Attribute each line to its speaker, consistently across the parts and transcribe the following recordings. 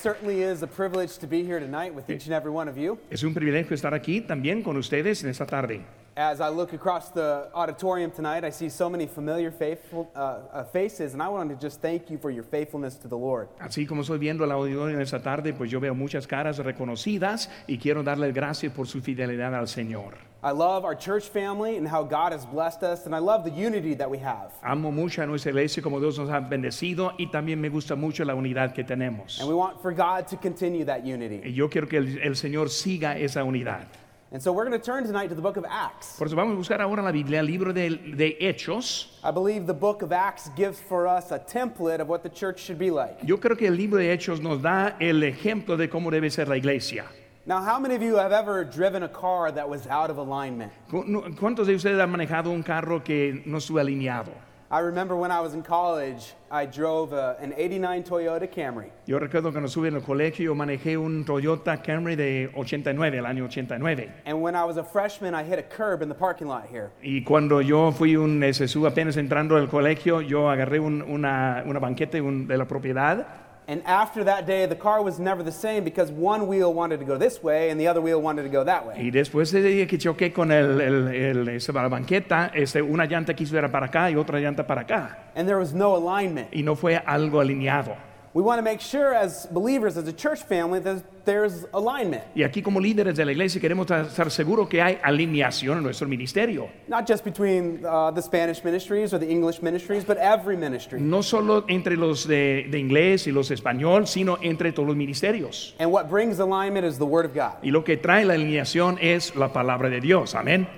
Speaker 1: certainly is a privilege to be here tonight with each and every one of you.
Speaker 2: Es un privilegio estar aquí también con ustedes en esta tarde.
Speaker 1: As I look across the auditorium tonight, I see so many familiar faithful, uh, uh, faces, and I wanted to just thank you for your faithfulness to the Lord.
Speaker 2: Así como estoy viendo el auditorio en esta tarde, pues yo veo muchas caras reconocidas y quiero darles gracias por su fidelidad al Señor.
Speaker 1: I love our church family and how God has blessed us, and I love the unity that we have.
Speaker 2: Amo mucho a nuestra iglesia como Dios nos ha bendecido y también me gusta mucho la unidad que tenemos.
Speaker 1: And we want for God to continue that unity.
Speaker 2: Y yo quiero que el, el Señor siga esa unidad.
Speaker 1: And so we're going to turn tonight to the book of Acts.
Speaker 2: Por eso vamos a buscar ahora la Biblia, el libro de, de Hechos.
Speaker 1: I believe the book of Acts gives for us a template of what the church should be like.
Speaker 2: Yo creo que el libro de Hechos nos da el ejemplo de cómo debe ser la iglesia.
Speaker 1: Now, how many of you have ever driven a car that was out of alignment?
Speaker 2: ¿Cu- no- ¿Cuántos de ustedes han manejado un carro que no estuvo alineado?
Speaker 1: I remember when I was in college, I drove a, an 89 Toyota Camry.
Speaker 2: Yo recuerdo cuando estuve en el colegio, yo manejé un Toyota Camry de 89, el año 89.
Speaker 1: And when I was a freshman, I hit a curb in the parking lot here.
Speaker 2: Y cuando yo fui un SSU apenas entrando al colegio, yo agarré un- una, una banqueta un- de la propiedad.
Speaker 1: And after that day, the car was never the same because one wheel wanted to go this way and the other wheel wanted to go that way.
Speaker 2: Y después de día que choqué con el, el- el- esa la banqueta, este, una llanta quiso ir para acá y otra llanta para acá.
Speaker 1: And there was no alignment.
Speaker 2: Y no fue algo alineado.
Speaker 1: We want to make sure, as believers, as a church family, that there's alignment.
Speaker 2: Y aquí como líderes de la iglesia queremos ta- estar seguros que hay alineación en nuestro ministerio.
Speaker 1: Not just between uh, the Spanish ministries or the English ministries, but every ministry.
Speaker 2: No solo entre los de, de inglés y los de español, sino entre todos los ministerios.
Speaker 1: And what brings alignment is the Word of God.
Speaker 2: Y lo que trae la alineación es la palabra de Dios. Amén.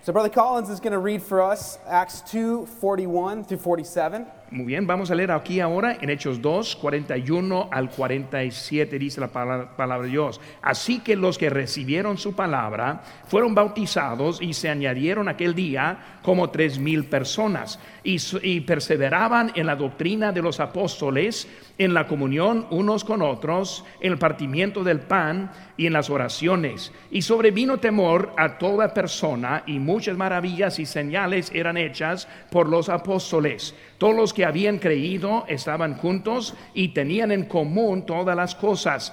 Speaker 1: So Brother Collins is going to read for us Acts 2, 41 through 47.
Speaker 2: Muy bien, vamos a leer aquí ahora en Hechos 2, 41 al 47 dice la pala- palabra de Dios. Así que los que recibieron su palabra fueron bautizados y se añadieron aquel día como tres mil personas y, su- y perseveraban en la doctrina de los apóstoles, en la comunión unos con otros, en el partimiento del pan y en las oraciones. Y sobrevino temor a toda persona y muchas maravillas y señales eran hechas por los apóstoles. Todos los que habían creído estaban juntos y tenían en común todas las cosas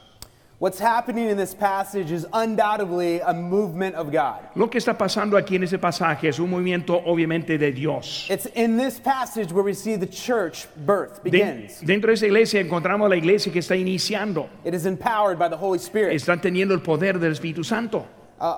Speaker 1: What's happening in this passage is undoubtedly a movement of God.
Speaker 2: Lo que está pasando aquí en ese pasaje es un movimiento obviamente de Dios.
Speaker 1: It's in this passage where we see the church birth
Speaker 2: De-
Speaker 1: begins.
Speaker 2: dentro de esa iglesia encontramos a la iglesia que está iniciando,
Speaker 1: It is empowered by the Holy Spirit.
Speaker 2: están teniendo el poder del Espíritu Santo.
Speaker 1: Uh, uh,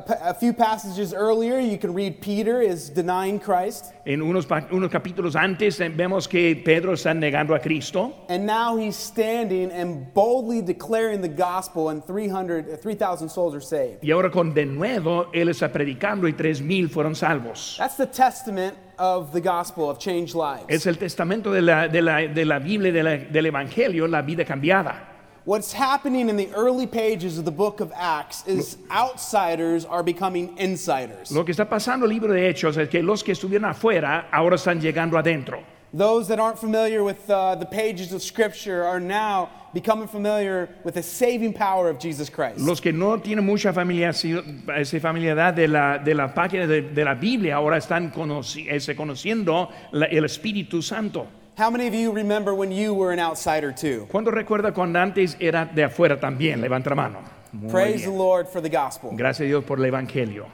Speaker 1: uh, a few passages earlier, you can read Peter is denying Christ,
Speaker 2: En unos, pa- unos capítulos antes eh, vemos que Pedro está negando a Cristo
Speaker 1: and now he's standing and boldly declaring the gospel, and 300, uh, 3,000 souls are saved.
Speaker 2: y ahora con denuedo él está predicando y tres mil fueron salvos.
Speaker 1: That's the testament of the gospel of changed lives.
Speaker 2: Es el testamento de la, de la- de la Biblia, y de la- del Evangelio, la vida cambiada.
Speaker 1: What's happening in the early pages of the book of Acts is outsiders are becoming insiders.
Speaker 2: Lo que está pasando en el libro de Hechos es que los que estuvieron afuera ahora están llegando adentro.
Speaker 1: Those that aren't familiar with uh, the pages of Scripture are now becoming familiar with the saving power of Jesus Christ.
Speaker 2: Los que no tienen mucha familia- ese familiaridad de la, de la página de, de la Biblia ahora están conoci- ese, conociendo la- el Espíritu Santo.
Speaker 1: How many of you remember when you were an outsider too?
Speaker 2: ¿Cuándo recuerda cuando antes era de afuera también? Levanta la mano. Muy
Speaker 1: Praise the
Speaker 2: bien.
Speaker 1: Lord for the gospel.
Speaker 2: Gracias a Dios por el Evangelio.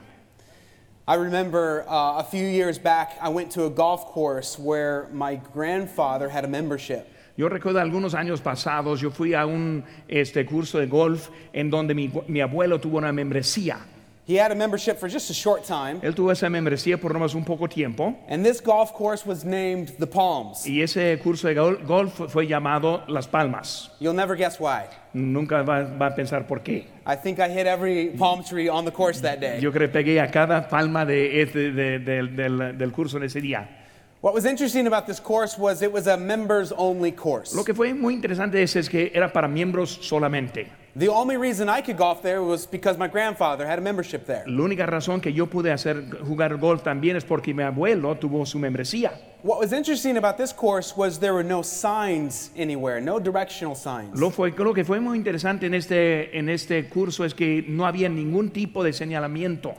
Speaker 1: I remember uh, a few years back, I went to a golf course where my grandfather had a membership.
Speaker 2: Yo recuerdo algunos años pasados, yo fui a un este, curso de golf en donde mi, mi abuelo tuvo una membresía.
Speaker 1: He had a membership for just a short time,
Speaker 2: Él tuvo esa membresía por nomás un poco tiempo
Speaker 1: and this golf course was named The Palms.
Speaker 2: y ese curso de gol- golf fue llamado Las Palmas.
Speaker 1: You'll never guess why.
Speaker 2: Nunca va, va a pensar por qué.
Speaker 1: I think I hit every palm tree on the course that day.
Speaker 2: Yo creo que pegué a cada palma de este- de- del- del, del curso en ese día.
Speaker 1: What was interesting about this course was it was a members only course.
Speaker 2: Lo que fue muy interesante es, es que era para miembros solamente.
Speaker 1: The only reason I could golf there was because my grandfather had a membership there.
Speaker 2: La única razón que yo pude hacer jugar golf también es porque mi abuelo tuvo su membresía.
Speaker 1: What was interesting about this course was there were no signs anywhere, no directional signs.
Speaker 2: Lo, fue, lo que fue muy interesante en este, en este curso es que no había ningún tipo de señalamiento.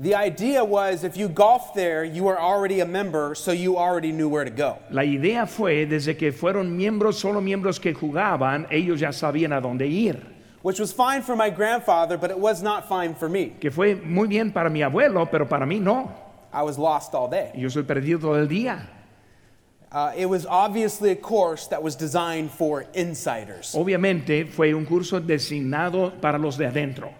Speaker 1: The idea was if you golfed there, you were already a member, so you already knew where to go.
Speaker 2: La idea fue, desde que fueron miembros, solo miembros que jugaban, ellos ya sabían a dónde ir.
Speaker 1: Which was fine for my grandfather, but it was not fine for me.
Speaker 2: Que fue muy bien para mi abuelo, pero para mí no.
Speaker 1: I was lost all day.
Speaker 2: Yo soy perdido todo el día.
Speaker 1: Uh, it was obviously a course that was designed for insiders.
Speaker 2: Obviamente fue un curso designado para los de adentro.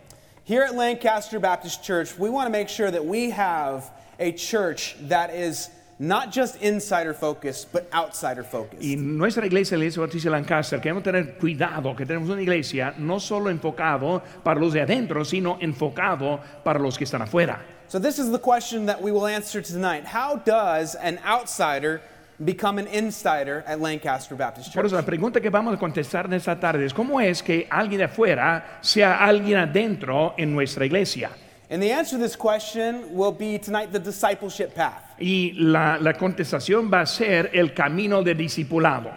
Speaker 1: Here at Lancaster Baptist Church, we want to make sure that we have a church that is not just insider focused, but outsider focused.
Speaker 2: Y nuestra iglesia, la iglesia Bautista de Lancaster, queremos tener cuidado que tenemos una iglesia no solo enfocado para los de adentro, sino enfocado para los que están afuera.
Speaker 1: So, this is the question that we will answer tonight. How does an outsider become an insider at Lancaster Baptist
Speaker 2: Por
Speaker 1: Church?
Speaker 2: eso la pregunta que vamos a contestar en esta tarde es cómo es que alguien de afuera sea alguien adentro en nuestra iglesia.
Speaker 1: And the answer to this question will be tonight the discipleship path.
Speaker 2: Y la, la contestación va a ser el camino de discipulado.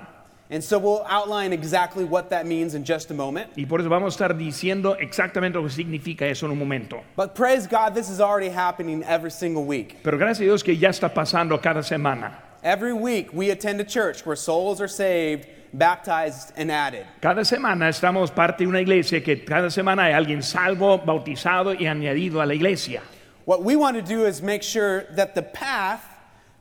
Speaker 1: And so, we'll outline exactly what that means in just a moment.
Speaker 2: Y por eso vamos a estar diciendo exactamente lo que significa eso en un momento.
Speaker 1: But praise God, this is already happening every single week.
Speaker 2: Pero gracias a Dios que ya está pasando cada semana.
Speaker 1: Every week, we attend a church where souls are saved, baptized, and added.
Speaker 2: Cada semana estamos parte de una iglesia que cada semana hay alguien salvo, bautizado y añadido a la iglesia.
Speaker 1: What we want to do is make sure that the path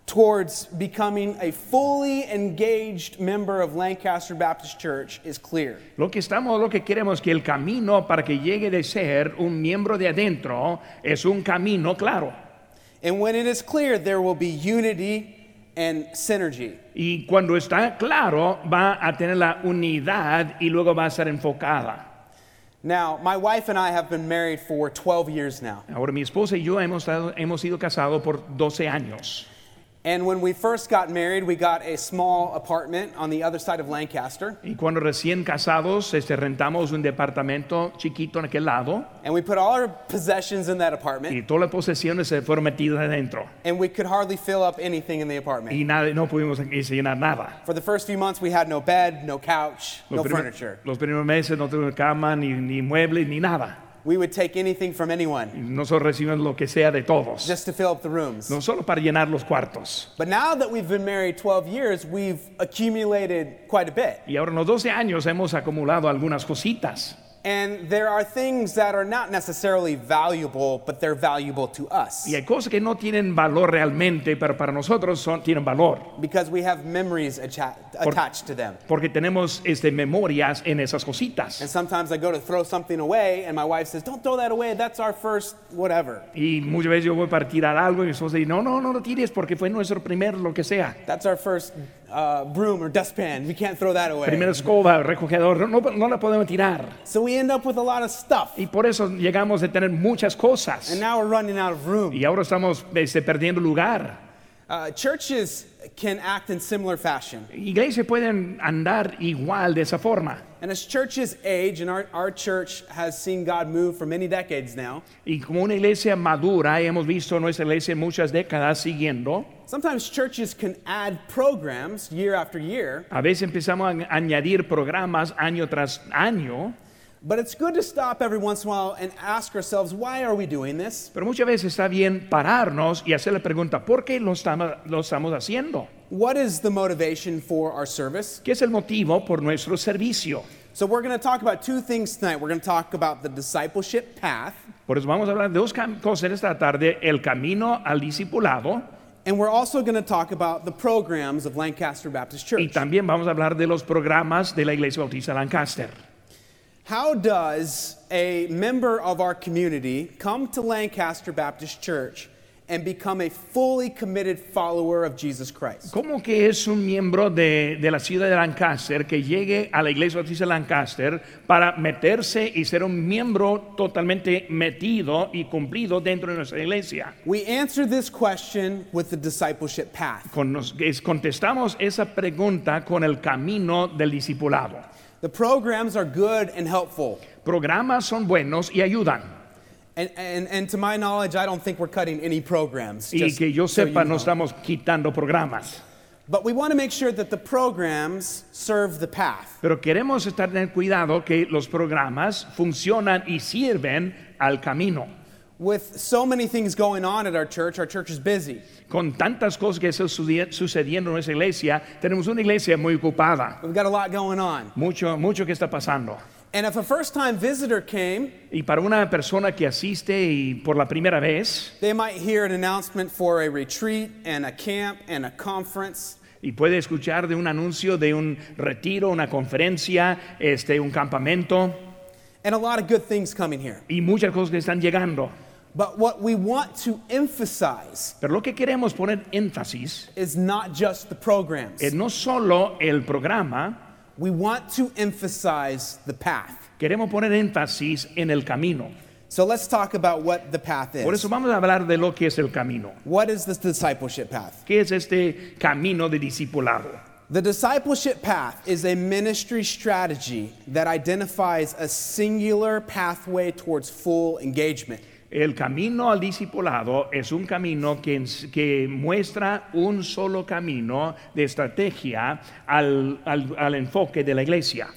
Speaker 1: towards becoming a fully engaged member of Lancaster Baptist Church is clear.
Speaker 2: Lo que estamos, lo que queremos que el camino para que llegue de ser un miembro de adentro es un camino claro.
Speaker 1: And when it is clear, there will be unity and synergy.
Speaker 2: Y cuando está claro va a tener la unidad y luego va a ser enfocada.
Speaker 1: Now, my wife and I have been married for 12 years now.
Speaker 2: Ahora mi esposa y yo hemos, estado- hemos sido casados por 12 años.
Speaker 1: And when we first got married, we got a small apartment on the other side of Lancaster.
Speaker 2: Y cuando recién casados este, rentamos un departamento chiquito en aquel lado
Speaker 1: And we put all our possessions in that apartment.
Speaker 2: y todas las posesiones se fueron metidas adentro.
Speaker 1: And we could hardly fill up anything in the apartment.
Speaker 2: Y nada, no pudimos llenar nada.
Speaker 1: For the first few months, we had no bed, no couch, no
Speaker 2: Los primer-
Speaker 1: furniture.
Speaker 2: los primeros meses no tuvimos cama, ni, ni muebles, ni nada.
Speaker 1: We would take anything from anyone
Speaker 2: Nosotros recibimos lo que sea de todos,
Speaker 1: just to fill up the rooms.
Speaker 2: no solo para llenar los cuartos.
Speaker 1: But now that we've been married 12 years, we've accumulated quite a bit.
Speaker 2: Y ahora en los 12 años hemos acumulado algunas cositas.
Speaker 1: And there are things that are not necessarily valuable, but they're valuable to us
Speaker 2: Y hay cosas que no tienen valor realmente, pero para nosotros son, tienen valor,
Speaker 1: because we have memories atta- attached to them.
Speaker 2: porque tenemos este, memorias en esas
Speaker 1: And
Speaker 2: cositas.
Speaker 1: sometimes I go to throw something away, and my wife says, Don't throw that away, that's our first whatever.
Speaker 2: Y muchas veces yo voy para tirar algo y mi esposa dice, no, no, no lo tires porque fue nuestro primer lo que sea.
Speaker 1: That's our first uh, broom or dustpan, we can't throw that away.
Speaker 2: Primera escoba, recogedor, no, no la podemos tirar.
Speaker 1: So we end up with a lot of stuff,
Speaker 2: Y por eso llegamos a tener muchas cosas.
Speaker 1: and now we're running out of room.
Speaker 2: Y ahora estamos este, perdiendo lugar.
Speaker 1: Uh, churches can act in similar fashion.
Speaker 2: Iglesias pueden andar igual de esa forma.
Speaker 1: And as churches age, and our, our church has seen God move for many decades now,
Speaker 2: Y como una iglesia madura, hemos visto nuestra iglesia muchas décadas siguiendo,
Speaker 1: sometimes churches can add programs year after year,
Speaker 2: a veces empezamos a añadir programas año tras año,
Speaker 1: but it's good to stop every once in a while and ask ourselves, why are we doing this?
Speaker 2: pero muchas veces está bien pararnos y hacer la pregunta, ¿por qué lo estamos, lo estamos haciendo?
Speaker 1: What is the motivation for our service?
Speaker 2: ¿Qué es el motivo por nuestro servicio?
Speaker 1: So, we're going to talk about two things tonight. We're going to talk about the discipleship path,
Speaker 2: Por eso vamos a hablar de dos cam- cosas en esta tarde, el camino al discipulado
Speaker 1: and we're also going to talk about the programs of Lancaster Baptist
Speaker 2: y
Speaker 1: Church.
Speaker 2: también vamos a hablar de los programas de la Iglesia Bautista Lancaster.
Speaker 1: How does a member of our community come to Lancaster Baptist Church and become a fully committed follower of Jesus Christ?
Speaker 2: ¿Cómo que es un miembro de, de la ciudad de Lancaster que llegue a la iglesia bautista de Lancaster para meterse y ser un miembro totalmente metido y cumplido dentro de nuestra iglesia?
Speaker 1: We answer this question with the discipleship path.
Speaker 2: Con- nos- es- contestamos esa pregunta con el camino del discipulado.
Speaker 1: The programs are good and helpful.
Speaker 2: Programas son buenos y ayudan.
Speaker 1: And, and, and to my knowledge, I don't think we're cutting any programs.
Speaker 2: Y
Speaker 1: just
Speaker 2: que yo
Speaker 1: so you
Speaker 2: sepa,
Speaker 1: know.
Speaker 2: no estamos quitando programas.
Speaker 1: But we want to make sure that the programs serve the path.
Speaker 2: Pero queremos estar en el cuidado que los programas funcionan y sirven al camino.
Speaker 1: With so many things going on at our church, our church is busy.
Speaker 2: Con tantas cosas que están sucedi- sucediendo en nuestra iglesia, tenemos una iglesia muy ocupada.
Speaker 1: We've got a lot going on.
Speaker 2: Mucho, mucho que está pasando.
Speaker 1: And if a first time visitor came,
Speaker 2: Y para una persona que asiste y por la primera vez,
Speaker 1: they might hear an announcement for a retreat and a camp and a conference.
Speaker 2: y puede escuchar de un anuncio, de un retiro, una conferencia, este, un campamento,
Speaker 1: and a lot of good things coming here.
Speaker 2: y muchas cosas que están llegando.
Speaker 1: But what we want to emphasize
Speaker 2: Pero lo que queremos poner énfasis
Speaker 1: is not just the programs.
Speaker 2: es no solo el programa,
Speaker 1: We want to emphasize the path.
Speaker 2: queremos poner énfasis en el camino.
Speaker 1: So let's talk about what the path
Speaker 2: Por eso
Speaker 1: is.
Speaker 2: vamos a hablar de lo que es el camino.
Speaker 1: What is this discipleship path?
Speaker 2: ¿Qué es este camino de discipulado?
Speaker 1: The discipleship path is a ministry strategy that identifies a singular pathway towards full engagement.
Speaker 2: El camino al discipulado es un camino que, ens- que muestra un solo camino de estrategia al, al- al enfoque de la iglesia.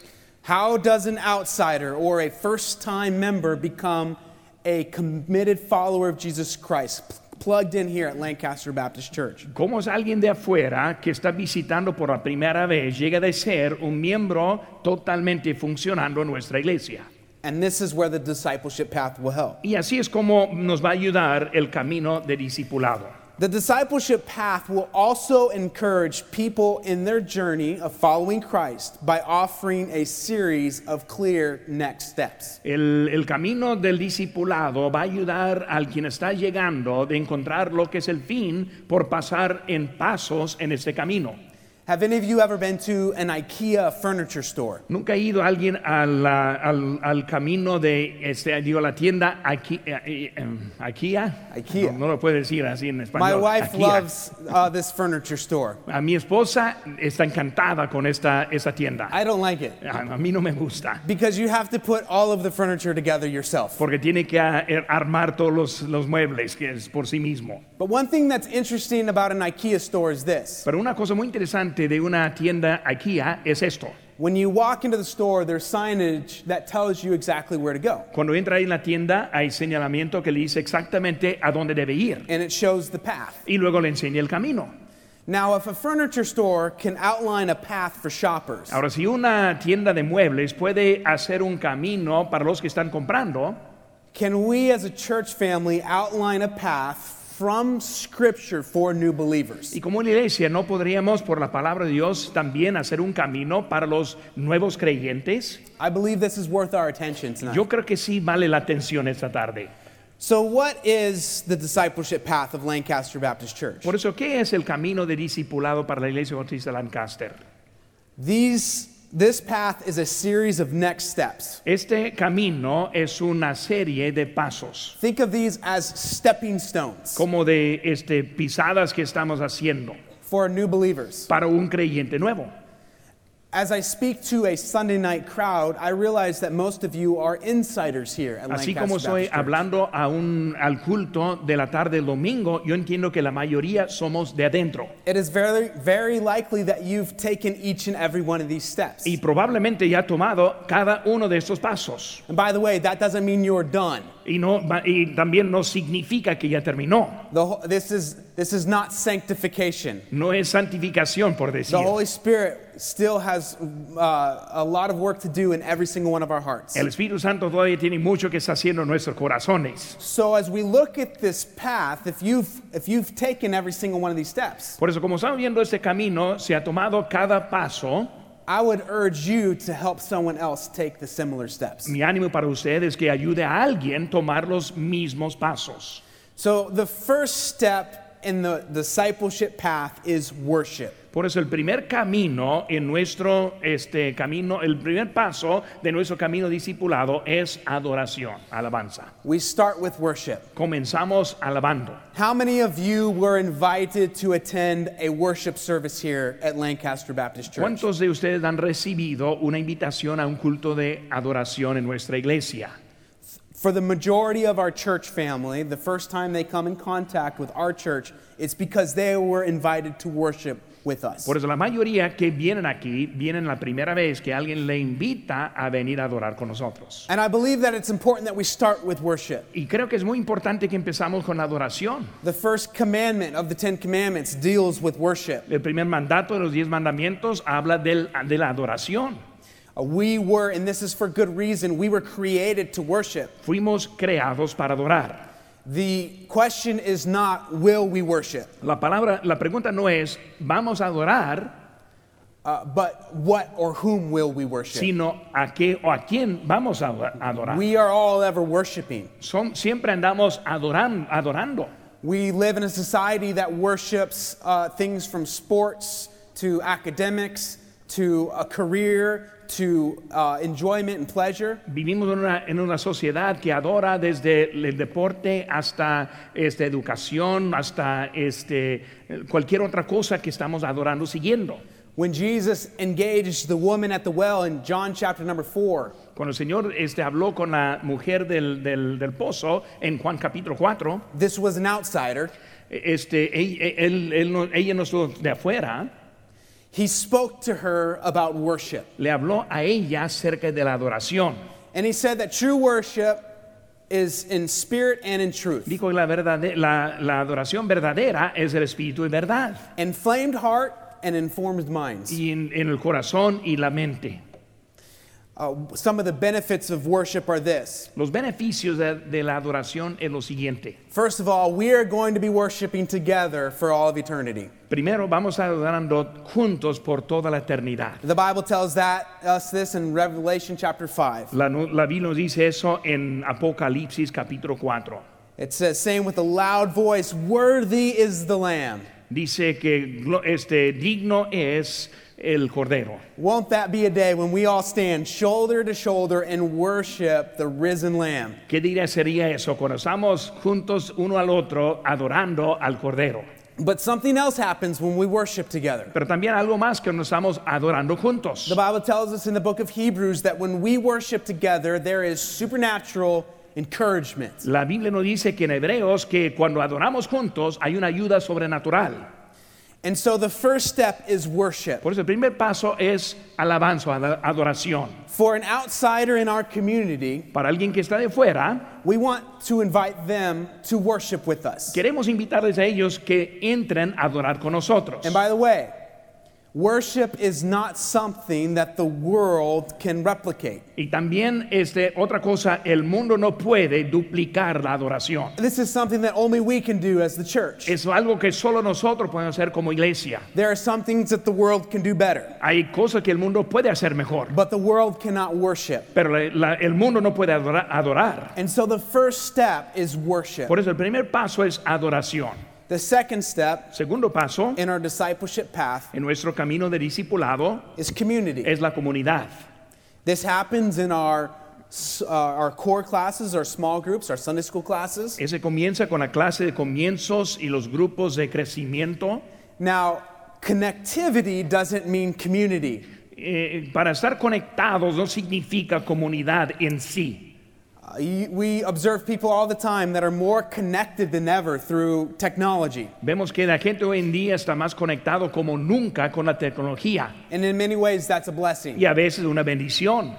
Speaker 1: How does an outsider or a first time member become a committed follower of Jesus Christ? P- Plugged in here at Lancaster Baptist Church.
Speaker 2: ¿Cómo es alguien de afuera que está visitando por la primera vez llega de ser un miembro totalmente funcionando en nuestra iglesia?
Speaker 1: And this is where the discipleship path will help.
Speaker 2: Y así es como nos va a ayudar el camino de discipulado.
Speaker 1: The discipleship path will also encourage people in their journey of following Christ by offering a series of clear next steps.
Speaker 2: El, el camino del discipulado va a ayudar al quien está llegando de encontrar lo que es el fin por pasar en pasos en este camino.
Speaker 1: Have any of you ever been to an IKEA furniture store?
Speaker 2: Nunca ha ido alguien a la- al, al camino de, este, digo, la tienda aquí, eh, eh, em, IKEA.
Speaker 1: IKEA.
Speaker 2: No, no lo puede decir así en
Speaker 1: My
Speaker 2: español.
Speaker 1: wife
Speaker 2: IKEA.
Speaker 1: loves uh, this furniture store.
Speaker 2: A mi esposa está encantada con esta, esta tienda.
Speaker 1: I don't like it.
Speaker 2: A, a mí no me gusta.
Speaker 1: Because you have to put all of the furniture together yourself.
Speaker 2: Porque tiene que a- er- armar todos los, los muebles que es por sí mismo.
Speaker 1: But one thing that's interesting about an IKEA store is this.
Speaker 2: Pero una cosa muy interesante de una tienda IKEA es esto.
Speaker 1: When you walk into the store, there's signage that tells you exactly where to go,
Speaker 2: Cuando entra ahí en la tienda hay señalamiento que le dice exactamente a dónde debe ir
Speaker 1: and it shows the path.
Speaker 2: y luego le enseña el camino.
Speaker 1: Now, if a furniture store can outline a path for shoppers,
Speaker 2: Ahora, si una tienda de muebles puede hacer un camino para los que están comprando,
Speaker 1: can we as a church family outline a path from Scripture for new believers?
Speaker 2: y como una iglesia no podríamos por la palabra de Dios también hacer un camino para los nuevos creyentes,
Speaker 1: I believe this is worth our attention tonight.
Speaker 2: yo creo que sí vale la atención esta tarde.
Speaker 1: So, what is the discipleship path of Lancaster Baptist Church?
Speaker 2: Por eso, ¿qué es el camino de discipulado para la iglesia bautista Lancaster?
Speaker 1: These, this path is a series of next steps.
Speaker 2: Este camino es una serie de pasos,
Speaker 1: Think of these as stepping stones
Speaker 2: como de este, pisadas que estamos haciendo
Speaker 1: for new believers.
Speaker 2: para un creyente nuevo.
Speaker 1: As I speak to a Sunday night crowd, I realize that most of you are insiders here at
Speaker 2: Así
Speaker 1: Lancaster
Speaker 2: como estoy
Speaker 1: Baptist Church.
Speaker 2: hablando a un, al culto de la tarde del domingo, yo entiendo que la mayoría somos de adentro.
Speaker 1: It is very, very likely that you've taken each and every one of these steps.
Speaker 2: Y probablemente ya ha tomado cada uno de estos pasos.
Speaker 1: And by the way, that doesn't mean you're done.
Speaker 2: Y, no, va- y también no significa que ya terminó.
Speaker 1: The, ho- this, is, this is not sanctification.
Speaker 2: No es santificación, por decir.
Speaker 1: The Holy Spirit still has uh, a lot of work to do in every single one of our hearts.
Speaker 2: El Espíritu Santo todavía tiene mucho que está haciendo en nuestros corazones.
Speaker 1: So as we look at this path, if you've if you've taken every single one of these steps,
Speaker 2: Por eso, como estamos viendo este camino, se ha tomado cada paso.
Speaker 1: I would urge you to help someone else take the similar steps.
Speaker 2: Mi ánimo para ustedes es que ayude a alguien a tomar los mismos pasos.
Speaker 1: So the first step in the discipleship path is worship.
Speaker 2: Por eso el primer camino en nuestro este camino, el primer paso de nuestro camino discipulado es adoración, alabanza.
Speaker 1: We start with worship.
Speaker 2: Comenzamos alabando.
Speaker 1: How many of you were invited to attend a worship service here at Lancaster Baptist Church?
Speaker 2: ¿Cuántos de ustedes han recibido una invitación a un culto de adoración en nuestra iglesia?
Speaker 1: For the majority of our church family, the first time they come in contact with our church, it's because they were invited to worship with us.
Speaker 2: Por eso la mayoría que vienen aquí vienen la primera vez que alguien le invita a venir a adorar con nosotros.
Speaker 1: And I believe that it's important that we start with worship.
Speaker 2: Y creo que es muy importante que empezamos con la adoración.
Speaker 1: The first commandment of the Ten Commandments deals with worship.
Speaker 2: El primer mandato de los diez mandamientos habla del- de la adoración.
Speaker 1: Uh, We were, and this is for good reason, we were created to worship.
Speaker 2: Fuimos creados para adorar.
Speaker 1: The question is not, will we worship?
Speaker 2: La palabra, la pregunta no es vamos a adorar,
Speaker 1: Uh, but what or whom will we worship?
Speaker 2: sino a qué o a quién vamos a ador- a adorar.
Speaker 1: We are all ever worshiping.
Speaker 2: Son, siempre andamos adoran- adorando.
Speaker 1: We live in a society that worships uh, things from sports to academics to a career to uh, enjoyment and pleasure.
Speaker 2: Vivimos en una, en una sociedad que adora desde el deporte hasta esta educación, hasta este, cualquier otra cosa que estamos adorando, siguiendo.
Speaker 1: When Jesus engaged the woman at the well in John chapter number four,
Speaker 2: Cuando el Señor este, habló con la mujer del, del- del pozo en Juan capítulo 4,
Speaker 1: this was an outsider.
Speaker 2: este, él- él- él no- ella no estuvo de afuera,
Speaker 1: He spoke to her about worship.
Speaker 2: le habló a ella acerca de la adoración.
Speaker 1: And he said that true worship is in spirit and in truth.
Speaker 2: Dijo que la, verdade- la, la adoración verdadera es el espíritu de verdad,
Speaker 1: Inflamed heart and informed minds.
Speaker 2: y en- en el corazón y la mente.
Speaker 1: Uh, some of the benefits of worship are this.
Speaker 2: Los beneficios de, de la adoración es lo siguiente.
Speaker 1: First of all, we are going to be worshiping together for all of eternity.
Speaker 2: Primero vamos a adorando juntos por toda la eternidad.
Speaker 1: The Bible tells that us this in Revelation chapter 5.
Speaker 2: La, nu- la Biblia nos dice eso en Apocalipsis capítulo 4.
Speaker 1: It says, saying with a loud voice, Worthy is the Lamb.
Speaker 2: Dice que glo- este, digno es el Cordero.
Speaker 1: Won't that be a day when we all stand shoulder to shoulder and worship the risen Lamb?
Speaker 2: ¿Qué diría sería eso? Cuando estamos juntos uno al otro adorando al Cordero.
Speaker 1: But something else happens when we worship together.
Speaker 2: Pero también algo más que nos estamos adorando juntos.
Speaker 1: The Bible tells us in the book of Hebrews that when we worship together, there is supernatural encouragement.
Speaker 2: La Biblia nos dice que en Hebreos que cuando adoramos juntos hay una ayuda sobrenatural.
Speaker 1: And so the first step is worship.
Speaker 2: Por eso el primer paso es alabanza, ad- adoración.
Speaker 1: For an outsider in our community,
Speaker 2: Para alguien que está de fuera,
Speaker 1: we want to invite them to worship with us.
Speaker 2: queremos invitarles a ellos que entren a adorar con nosotros.
Speaker 1: And by the way, worship is not something that the world can replicate.
Speaker 2: Y también este, otra cosa, el mundo no puede duplicar la adoración.
Speaker 1: This is something that only we can do as the church.
Speaker 2: Es algo que solo nosotros podemos hacer como iglesia.
Speaker 1: There are some things that the world can do better,
Speaker 2: Hay cosas que el mundo puede hacer mejor,
Speaker 1: but the world cannot worship.
Speaker 2: pero la- la- el mundo no puede adora- adorar.
Speaker 1: And so the first step is worship.
Speaker 2: Por eso el primer paso es adoración.
Speaker 1: The second step
Speaker 2: Segundo paso,
Speaker 1: in our discipleship path
Speaker 2: en nuestro camino de discipulado,
Speaker 1: is community.
Speaker 2: es la comunidad.
Speaker 1: This happens in our s- uh, our core classes, our small groups, our Sunday school classes.
Speaker 2: Ese comienza con la clase de comienzos y los grupos de crecimiento.
Speaker 1: Now, connectivity doesn't mean community.
Speaker 2: Eh, para estar conectados no significa comunidad en sí.
Speaker 1: Uh, y- we observe people all the time that are more connected than ever through technology.
Speaker 2: Vemos que la gente hoy en día está más conectado como nunca con la tecnología
Speaker 1: And in many ways, that's a blessing.
Speaker 2: y a veces una bendición.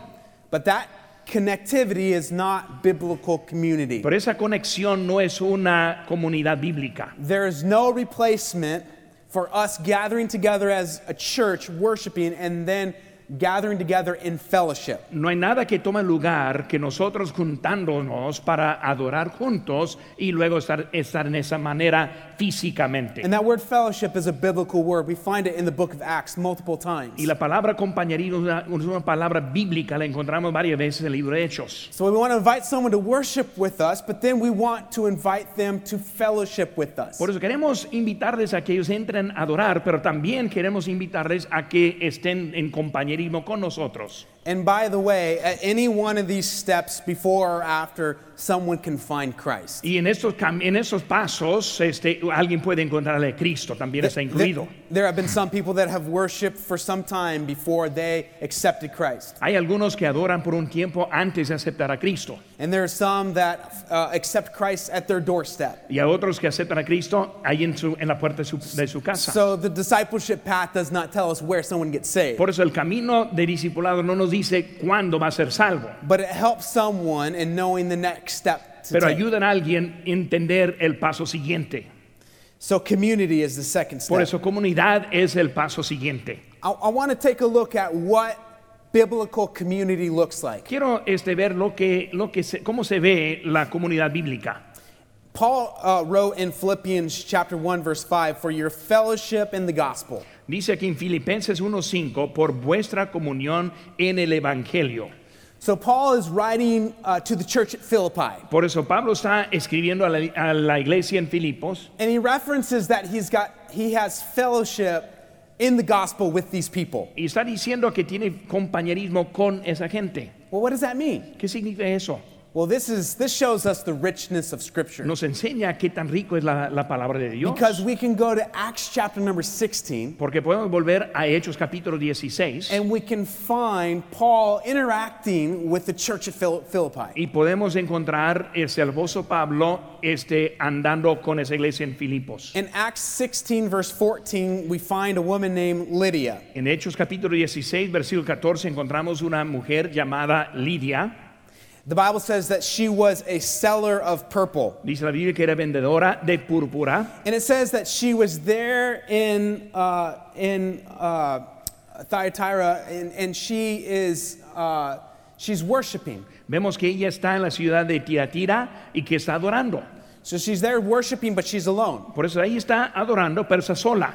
Speaker 1: But that connectivity is not biblical community.
Speaker 2: Pero esa conexión no es una comunidad bíblica.
Speaker 1: There is no replacement for us gathering together as a church, worshiping, and then gathering together in fellowship.
Speaker 2: No hay nada que tome lugar que nosotros juntándonos para adorar juntos y luego estar, estar en esa manera físicamente.
Speaker 1: And that word fellowship is a biblical word. We find it in the book of Acts multiple times.
Speaker 2: Y la palabra compañerismo es una, es una palabra bíblica, la encontramos varias veces en el libro de Hechos.
Speaker 1: So we want to invite someone to worship with us, but then we want to invite them to fellowship with us.
Speaker 2: Por eso queremos invitarles a que ellos entren a adorar, pero también queremos invitarles a que estén en compañerismo con nosotros.
Speaker 1: And by the way, at any one of these steps, before or after, someone can find Christ.
Speaker 2: Y en estos, cam- en estos pasos este, alguien puede encontrarle a Cristo, también está incluido.
Speaker 1: There, there have been some people that have worshiped for some time before they accepted Christ.
Speaker 2: Hay algunos que adoran por un tiempo antes de aceptar a Cristo
Speaker 1: And there are some that uh, accept Christ at their doorstep.
Speaker 2: y a otros que aceptan a Cristo ahí en, su, en la puerta de su, de su casa.
Speaker 1: So the discipleship path does not tell us where someone gets saved,
Speaker 2: Por eso el camino de discipulado no nos dice cuándo va a ser salvo,
Speaker 1: but it helps someone in knowing the next step to
Speaker 2: pero
Speaker 1: take.
Speaker 2: ayudan a alguien a entender el paso siguiente.
Speaker 1: So community is the second step.
Speaker 2: Por eso comunidad es el paso siguiente.
Speaker 1: I, I want to take a look at what biblical community looks like.
Speaker 2: Quiero este, ver lo que, lo que se- cómo se ve la comunidad bíblica.
Speaker 1: Paul uh, wrote in Philippians chapter 1 verse 5 for your fellowship in the gospel.
Speaker 2: Dice aquí en Filipenses 1:5, por vuestra comunión en el Evangelio.
Speaker 1: So Paul is writing uh, to the church at Philippi
Speaker 2: Por eso Pablo está escribiendo a la, a la iglesia en Filipos
Speaker 1: and he references that he's got he has fellowship in the gospel with these people.
Speaker 2: y está diciendo que tiene compañerismo con esa gente.
Speaker 1: Well, what does that mean?
Speaker 2: ¿Qué significa eso?
Speaker 1: Well, this is this shows us the richness of scripture.
Speaker 2: Nos enseña qué tan rico es la, la palabra de Dios.
Speaker 1: Because we can go to Acts chapter number 16
Speaker 2: Porque podemos volver a Hechos capítulo 16
Speaker 1: and we can find Paul interacting with the church at Phil- Philippi.
Speaker 2: y podemos encontrar este hermoso Pablo este, andando con esa iglesia en Filipos.
Speaker 1: In Acts 16 verse 14, we find a woman named Lydia.
Speaker 2: En Hechos capítulo 16, versículo 14, encontramos una mujer llamada Lidia.
Speaker 1: The Bible says that she was a seller of purple.
Speaker 2: Dice la Biblia que era vendedora de púrpura.
Speaker 1: And it says that she was there in, uh, in uh, Thyatira, and, and she is, uh, she's worshiping.
Speaker 2: Vemos que ella está en la ciudad de Tiatira y que está adorando.
Speaker 1: So she's there worshiping, but she's alone.
Speaker 2: Por eso ahí está adorando, pero está sola.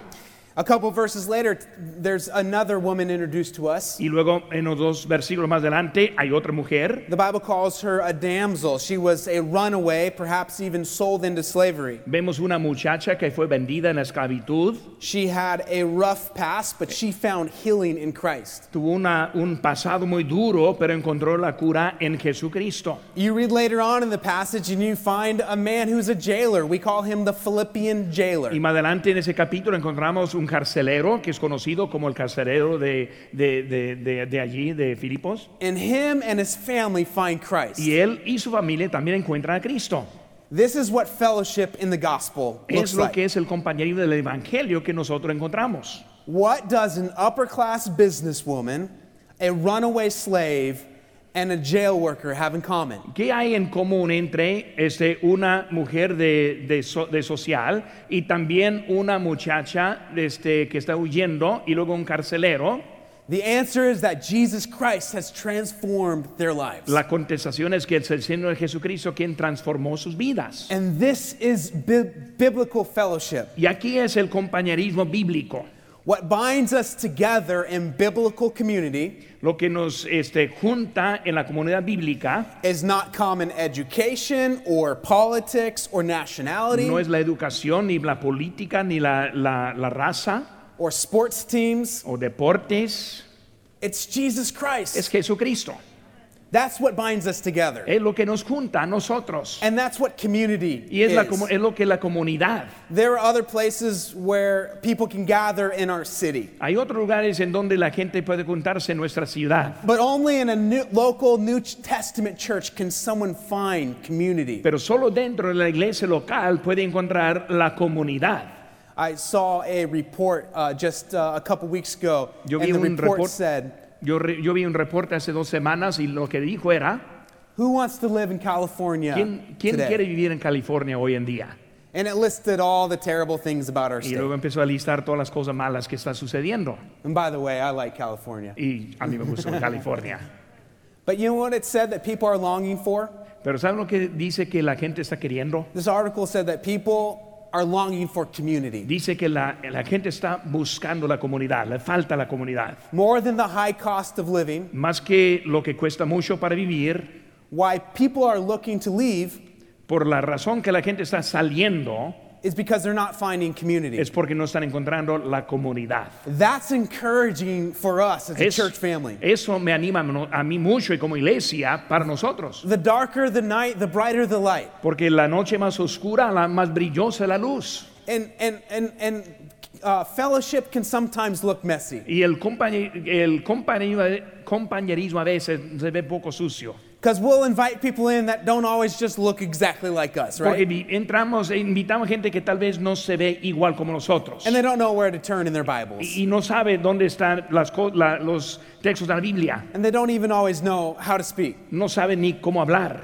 Speaker 1: A couple verses later, there's another woman introduced to us.
Speaker 2: Y luego en los dos versículos más adelante hay otra mujer.
Speaker 1: The Bible calls her a damsel. She was a runaway, perhaps even sold into slavery.
Speaker 2: Vemos una muchacha que fue vendida en la esclavitud.
Speaker 1: She had a rough past, but she found healing in Christ.
Speaker 2: Tuvo una- un pasado muy duro, pero encontró la cura en Jesucristo.
Speaker 1: You read later on in the passage and you find a man who's a jailer. We call him the Philippian jailer.
Speaker 2: Y más adelante en ese capítulo encontramos un carcelero que es conocido como el carcelero de, de- de- de- de allí, de Filipos.
Speaker 1: And him and his family find Christ.
Speaker 2: Y él y su familia también encuentran a Cristo.
Speaker 1: This is what fellowship in the gospel
Speaker 2: Es
Speaker 1: looks
Speaker 2: lo que
Speaker 1: like.
Speaker 2: es el compañerismo del Evangelio que nosotros encontramos.
Speaker 1: What does an upper class businesswoman, a runaway slave, and a jail worker have in common?
Speaker 2: ¿Qué hay en común entre este, una mujer de, de so- de social y también una muchacha este, que está huyendo y luego un carcelero?
Speaker 1: The answer is that Jesus Christ has transformed their lives.
Speaker 2: La contestación es que es el Señor Jesucristo quien transformó sus vidas.
Speaker 1: And this is bi- biblical fellowship.
Speaker 2: Y aquí es el compañerismo bíblico,
Speaker 1: What binds us together in biblical community
Speaker 2: lo que nos este, junta en la comunidad bíblica.
Speaker 1: is not common education or politics or nationality
Speaker 2: No es la educación, ni la política, ni la, la- la raza
Speaker 1: or sports teams.
Speaker 2: o deportes.
Speaker 1: It's Jesus Christ.
Speaker 2: Es Jesucristo.
Speaker 1: that's what binds us together.
Speaker 2: Es lo que nos junta a nosotros.
Speaker 1: and that's what community
Speaker 2: Y es,
Speaker 1: is.
Speaker 2: la comu- es lo que la comunidad.
Speaker 1: there are other places where people can gather in our city,
Speaker 2: Hay otros lugares en donde la gente puede juntarse en nuestra ciudad,
Speaker 1: but only in a new, local New Testament church can someone find community.
Speaker 2: pero solo dentro de la iglesia local puede encontrar la comunidad.
Speaker 1: I saw a report uh, just uh, a couple weeks ago,
Speaker 2: Yo vi
Speaker 1: and the
Speaker 2: un
Speaker 1: report
Speaker 2: report-
Speaker 1: said,
Speaker 2: Yo, re- yo vi un reporte hace dos semanas y lo que dijo era,
Speaker 1: "Who wants to live in California
Speaker 2: ¿quién, quién
Speaker 1: today?"
Speaker 2: quiere vivir en California hoy en día?
Speaker 1: And it listed all the terrible things about our
Speaker 2: Y
Speaker 1: state.
Speaker 2: luego empezó a listar todas las cosas malas que están sucediendo.
Speaker 1: And by the way, I like California.
Speaker 2: Y a mí me gusta California.
Speaker 1: But you know what it said that people are longing for?
Speaker 2: Pero ¿saben lo que dice que la gente está queriendo?
Speaker 1: This article said that people are longing for community
Speaker 2: Dice que la, la gente está buscando la comunidad, le falta la comunidad.
Speaker 1: more than the high cost of living.
Speaker 2: Más que lo que cuesta mucho para vivir,
Speaker 1: Why people are looking to leave
Speaker 2: por la razón que la gente está saliendo
Speaker 1: is because they're not finding community.
Speaker 2: es porque no están encontrando la comunidad.
Speaker 1: That's encouraging for us as a
Speaker 2: Es-
Speaker 1: church family.
Speaker 2: Eso me anima a no- a mí mucho y como iglesia para nosotros.
Speaker 1: The darker the night, the brighter the light.
Speaker 2: Porque la noche más oscura, la más brillosa es la luz.
Speaker 1: And and and and uh, fellowship can sometimes look messy
Speaker 2: Y el, compañe- el compañerismo, compañerismo a veces se ve poco sucio.
Speaker 1: because we'll invite people in that don't always just look exactly like us,
Speaker 2: Porque
Speaker 1: right?
Speaker 2: vi- entramos e invitamos gente que tal vez no se ve igual como nosotros.
Speaker 1: And they don't know where to turn in their Bibles,
Speaker 2: Y, y no sabe dónde están las, co- la- los textos de la Biblia.
Speaker 1: and they don't even always know how to speak.
Speaker 2: No sabe ni cómo hablar.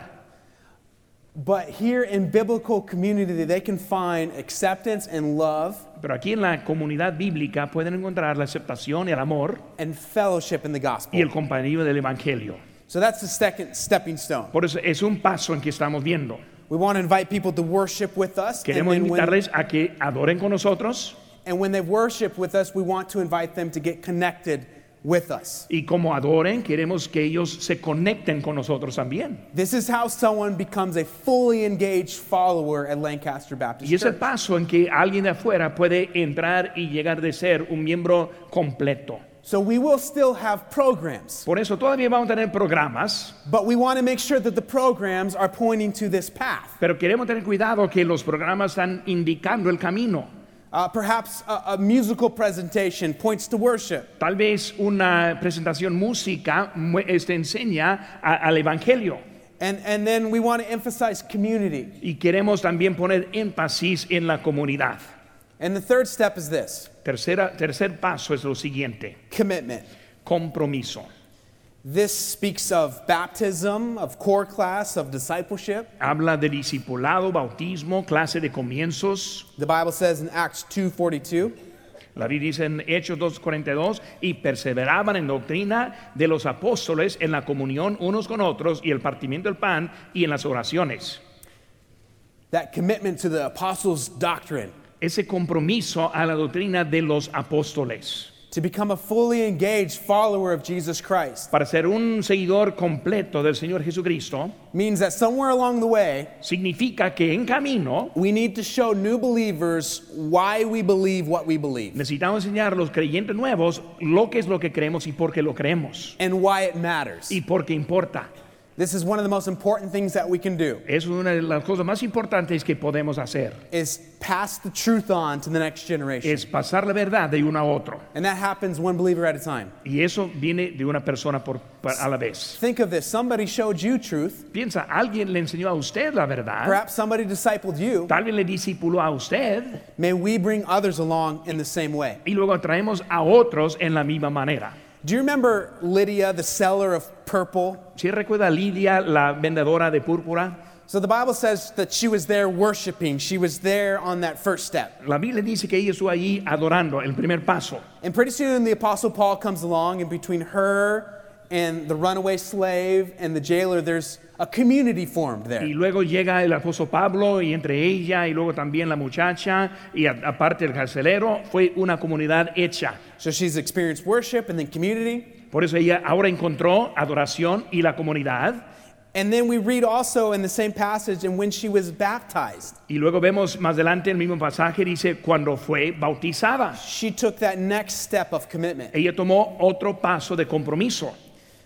Speaker 1: But here in biblical community, they can find acceptance and love
Speaker 2: Pero aquí en la comunidad bíblica pueden encontrar la aceptación, el amor
Speaker 1: and fellowship in the gospel.
Speaker 2: y el compañerismo del Evangelio.
Speaker 1: So that's the second stepping stone.
Speaker 2: Por eso es un paso en que estamos viendo.
Speaker 1: We want to invite people to worship with us. And,
Speaker 2: Queremos
Speaker 1: then when,
Speaker 2: invitarles a que adoren con nosotros
Speaker 1: and when they worship with us, we want to invite them to get connected with us.
Speaker 2: y como adoren queremos que ellos se conecten con nosotros también.
Speaker 1: This is how someone becomes a fully engaged follower at Lancaster Baptist
Speaker 2: Y es el
Speaker 1: Church.
Speaker 2: paso en que alguien de afuera puede entrar y llegar de ser un miembro completo.
Speaker 1: So we will still have programs,
Speaker 2: Por eso todavía vamos a tener programas,
Speaker 1: but we want to make sure that the programs are pointing to this path.
Speaker 2: pero queremos tener cuidado que los programas están indicando el camino.
Speaker 1: Uh, perhaps a, a musical presentation points to worship.
Speaker 2: Tal vez una presentación música mu- este, enseña a- al Evangelio
Speaker 1: And, and then we want to emphasize community.
Speaker 2: y queremos también poner énfasis en la comunidad.
Speaker 1: And the third step is this
Speaker 2: Tercera, tercer paso es lo siguiente,
Speaker 1: commitment.
Speaker 2: compromiso.
Speaker 1: This speaks of baptism, of core class, of discipleship.
Speaker 2: Habla de discipulado, bautismo, clase de comienzos.
Speaker 1: The Bible says in Acts 2:42,
Speaker 2: La Biblia dice en Hechos 2.42, y perseveraban en doctrina de los apóstoles, en la comunión unos con otros, y el partimiento del pan, y en las oraciones.
Speaker 1: that commitment to the apostles' doctrine,
Speaker 2: Ese compromiso a la doctrina de los apóstoles,
Speaker 1: to become a fully engaged follower of Jesus Christ,
Speaker 2: para ser un seguidor completo del Señor Jesucristo,
Speaker 1: means that somewhere along the way,
Speaker 2: significa que en camino
Speaker 1: we need to show new believers why we believe what we believe
Speaker 2: necesitamos enseñar a los creyentes nuevos lo que es lo que creemos y por qué lo creemos.
Speaker 1: and why it matters.
Speaker 2: y porque importa.
Speaker 1: This is one of the most important things that we can do
Speaker 2: Eso es una de las cosas más importantes que podemos hacer,
Speaker 1: is pass the truth on to the next generation.
Speaker 2: es pasar la verdad de uno a otro.
Speaker 1: And that happens one believer at a time.
Speaker 2: Y eso viene de una persona por, pa- a la vez.
Speaker 1: Think of this somebody showed you truth,
Speaker 2: Piensa, alguien le enseñó a usted la verdad,
Speaker 1: perhaps somebody discipled you.
Speaker 2: tal vez le discipuló a usted
Speaker 1: May we bring others along in the same way.
Speaker 2: y luego traemos a otros en la misma manera.
Speaker 1: Do you remember Lydia, the seller of purple?
Speaker 2: Si recuerda a Lidia, la vendedora de púrpura,
Speaker 1: So the Bible says that she was there worshiping, she was there on that first step.
Speaker 2: la Biblia dice que ella estuvo allí adorando el primer paso.
Speaker 1: And pretty soon the Apostle Paul comes along, and between her and the runaway slave and the jailer, there's a community formed
Speaker 2: Y
Speaker 1: there.
Speaker 2: luego llega el apóstol Pablo y entre ella y luego también la muchacha y a- aparte el carcelero, fue una comunidad hecha.
Speaker 1: So she's experienced worship and then community.
Speaker 2: Por eso ella ahora encontró adoración y la comunidad.
Speaker 1: And then we read also in the same passage, and when she was baptized.
Speaker 2: Y luego vemos más adelante el mismo pasaje, dice, cuando fue bautizada.
Speaker 1: she took that next step of commitment.
Speaker 2: Ella tomó otro paso de compromiso.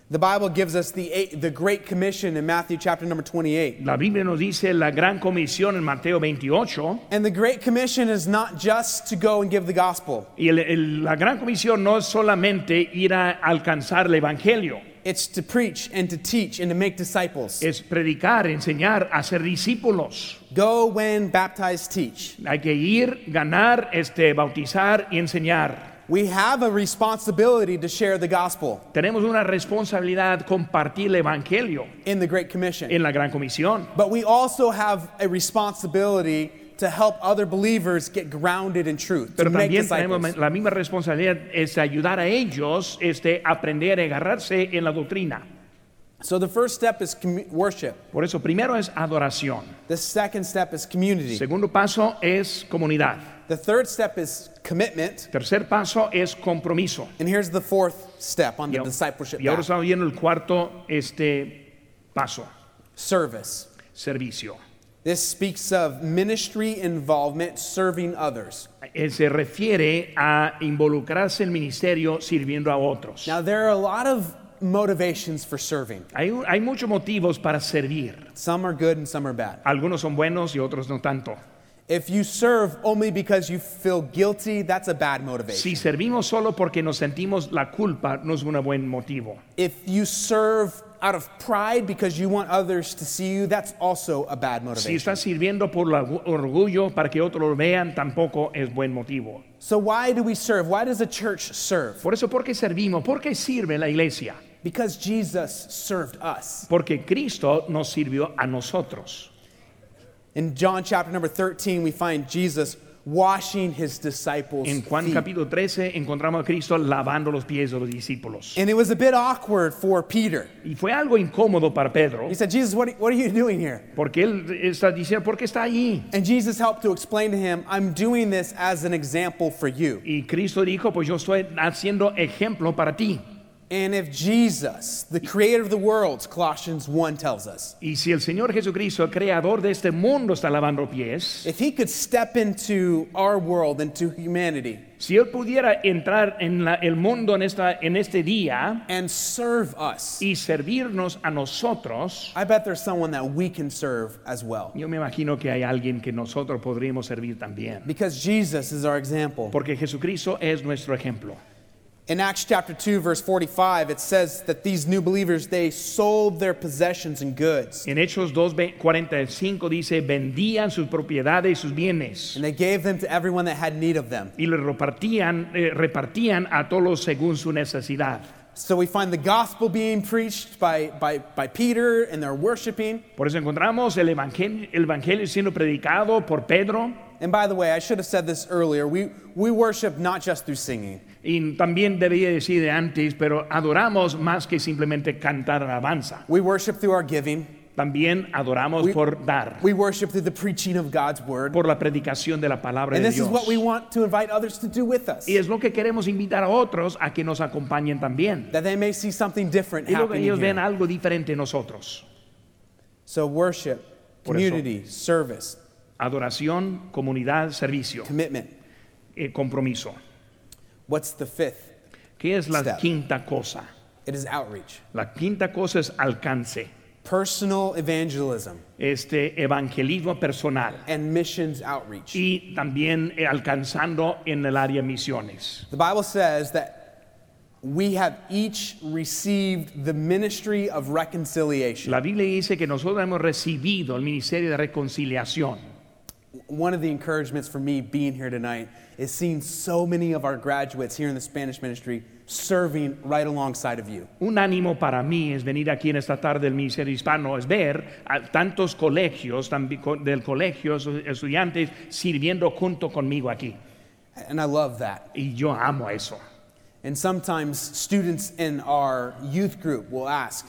Speaker 1: The Bible gives us the, eight, the Great Commission in Matthew chapter number 28.
Speaker 2: La Biblia nos dice la gran comisión en Mateo 28.
Speaker 1: And the Great Commission is not just to go and give the gospel,
Speaker 2: Y el- el- la gran comisión no es solamente ir a alcanzar el Evangelio,
Speaker 1: it's to preach and to teach and to make disciples.
Speaker 2: es predicar, enseñar, hacer discípulos.
Speaker 1: Go when baptize, teach.
Speaker 2: Hay que ir, ganar, este, bautizar y enseñar.
Speaker 1: We have a responsibility to share the gospel
Speaker 2: Tenemos una responsabilidad compartir el Evangelio
Speaker 1: in the Great Commission,
Speaker 2: en la gran comisión.
Speaker 1: but we also have a responsibility to help other believers get grounded in truth, to
Speaker 2: Pero
Speaker 1: make
Speaker 2: también tenemos
Speaker 1: disciples.
Speaker 2: la misma responsabilidad es ayudar a ellos este, a aprender a agarrarse en la doctrina.
Speaker 1: So the first step is commu- worship.
Speaker 2: Por eso, primero es adoración.
Speaker 1: The second step is community.
Speaker 2: Segundo paso es comunidad.
Speaker 1: The third step is commitment.
Speaker 2: Tercer paso es compromiso.
Speaker 1: And here's the fourth step on
Speaker 2: Y,
Speaker 1: the
Speaker 2: a-
Speaker 1: discipleship
Speaker 2: y ahora
Speaker 1: path,
Speaker 2: estamos viendo el cuarto este, paso,
Speaker 1: service.
Speaker 2: servicio.
Speaker 1: This speaks of ministry involvement, serving others.
Speaker 2: Eh, se refiere a involucrarse en el ministerio sirviendo a otros.
Speaker 1: Now, there are a lot of motivations for serving.
Speaker 2: Hay, hay muchos motivos para servir.
Speaker 1: Some are good and some are bad.
Speaker 2: Algunos son buenos y otros no tanto.
Speaker 1: If you serve only because you feel guilty, that's a bad motivation.
Speaker 2: Si servimos solo porque nos sentimos la culpa, no es un buen motivo.
Speaker 1: If you serve out of pride because you want others to see you, that's also a bad
Speaker 2: Si
Speaker 1: motivation.
Speaker 2: estás sirviendo por la- orgullo para que otros lo vean, tampoco es buen motivo.
Speaker 1: So, why do we serve? Why does a church serve?
Speaker 2: Por eso, ¿por qué servimos? ¿Por qué sirve la iglesia?
Speaker 1: Because Jesus served us.
Speaker 2: Porque Cristo nos sirvió a nosotros.
Speaker 1: In John chapter number 13, we find Jesus washing his disciples'
Speaker 2: En Juan
Speaker 1: feet.
Speaker 2: capítulo 13 encontramos a Cristo lavando los pies de los discípulos.
Speaker 1: And it was a bit awkward for Peter.
Speaker 2: Y fue algo incómodo para Pedro,
Speaker 1: He said, Jesus, what are, what are you doing here?
Speaker 2: porque él está diciendo, ¿por qué está ahí?
Speaker 1: And Jesus helped to explain to him, I'm doing this as an example for you.
Speaker 2: Y Cristo dijo, pues yo estoy haciendo ejemplo para ti.
Speaker 1: And if Jesus, the creator of the world, Colossians 1 tells us,
Speaker 2: Y si el Señor Jesucristo, el creador de este mundo, está lavando pies,
Speaker 1: if he could step into our world, into humanity,
Speaker 2: si Él pudiera entrar en la- el mundo en, esta, en este día
Speaker 1: and serve us,
Speaker 2: y servirnos a nosotros,
Speaker 1: I bet there's someone that we can serve as well.
Speaker 2: yo me imagino que hay alguien que nosotros podríamos servir también.
Speaker 1: Because Jesus is our example.
Speaker 2: Porque Jesucristo es nuestro ejemplo.
Speaker 1: In Acts chapter 2, verse 45, it says that these new believers, they sold their possessions and goods,
Speaker 2: En Hechos 2.45 dice, vendían sus propiedades y sus bienes
Speaker 1: and they gave them to everyone that had need of them.
Speaker 2: y los repartían, eh, repartían a todos según su necesidad.
Speaker 1: So we find the gospel being preached by, by, by Peter and they're worshiping.
Speaker 2: Por eso encontramos el evangelio, el evangelio siendo predicado por Pedro
Speaker 1: And by the way, I should have said this earlier. We, we worship not just through singing,
Speaker 2: y también debía decir de antes, pero adoramos más que simplemente cantar alabanza.
Speaker 1: we worship through our giving,
Speaker 2: También adoramos
Speaker 1: We-
Speaker 2: por dar,
Speaker 1: we worship through the preaching of God's word.
Speaker 2: por la predicación de la palabra
Speaker 1: And
Speaker 2: de
Speaker 1: this is
Speaker 2: Dios.
Speaker 1: what we want to invite others to do with us,
Speaker 2: Y es lo que queremos invitar a otros a que nos acompañen también.
Speaker 1: that they may see something different
Speaker 2: Y lo que
Speaker 1: happening.
Speaker 2: ellos ven
Speaker 1: Here.
Speaker 2: algo diferente en nosotros.
Speaker 1: So worship,
Speaker 2: Por eso.
Speaker 1: community, service,
Speaker 2: Adoración, comunidad, servicio,
Speaker 1: commitment.
Speaker 2: eh, compromiso.
Speaker 1: What's the fifth?
Speaker 2: ¿Qué es la
Speaker 1: Step.
Speaker 2: quinta cosa?
Speaker 1: It is outreach,
Speaker 2: La quinta cosa es alcance,
Speaker 1: personal evangelism,
Speaker 2: este evangelismo personal
Speaker 1: and missions outreach.
Speaker 2: y también eh, alcanzando en el área misiones.
Speaker 1: The Bible says that we have each received the ministry of reconciliation.
Speaker 2: La Biblia dice que nosotros hemos recibido el ministerio de reconciliación.
Speaker 1: One of the encouragements for me being here tonight is seeing so many of our graduates here in the Spanish ministry serving right alongside of you.
Speaker 2: Un ánimo para mí es venir aquí en esta tarde del Ministerio Hispano, es ver a tantos colegios, tambi- co- del colegio, esos estudiantes sirviendo junto conmigo aquí.
Speaker 1: And I love that.
Speaker 2: Y yo amo eso.
Speaker 1: And sometimes students in our youth group will ask,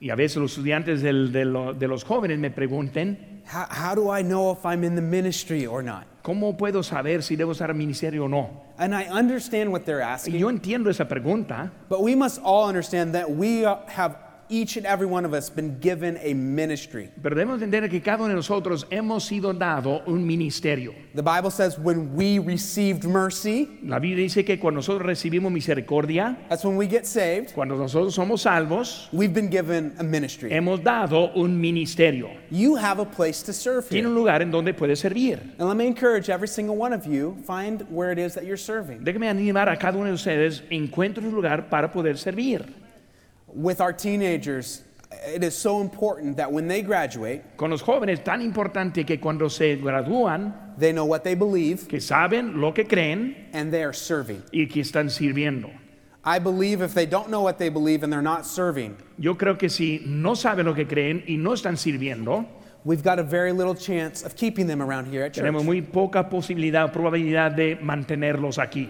Speaker 2: Y a veces los estudiantes del- de, lo- de los jóvenes me pregunten,
Speaker 1: How how do I know if I'm in the ministry or not?
Speaker 2: ¿cómo puedo saber si debo estar al ministerio o no?
Speaker 1: And I understand what they're asking.
Speaker 2: Y yo entiendo esa pregunta,
Speaker 1: But we must all understand that we uh, have, each and every one of us, been given a ministry.
Speaker 2: pero debemos entender que cada uno de nosotros hemos sido dado un ministerio.
Speaker 1: The Bible says when we received mercy,
Speaker 2: La Biblia dice que cuando nosotros recibimos misericordia,
Speaker 1: that's when we get saved,
Speaker 2: cuando nosotros somos salvos,
Speaker 1: we've been given a ministry.
Speaker 2: hemos dado un ministerio.
Speaker 1: You have a place to serve
Speaker 2: Tiene
Speaker 1: here.
Speaker 2: un lugar en donde puede servir.
Speaker 1: And let me encourage every single one of you, find where it is that you're serving.
Speaker 2: Déjeme animar a cada uno de ustedes, encuentre un lugar para poder servir.
Speaker 1: With our teenagers, it is so important that when they graduate,
Speaker 2: Con los jóvenes, tan importante que cuando se gradúan,
Speaker 1: they know what they believe
Speaker 2: que saben lo que creen,
Speaker 1: and they are serving.
Speaker 2: y que están sirviendo.
Speaker 1: I believe if they don't know what they believe and they're not serving,
Speaker 2: Yo creo que si no saben lo que creen y no están sirviendo,
Speaker 1: we've got a very little chance of keeping them around here at
Speaker 2: tenemos
Speaker 1: church.
Speaker 2: muy poca posibilidad, probabilidad de mantenerlos aquí.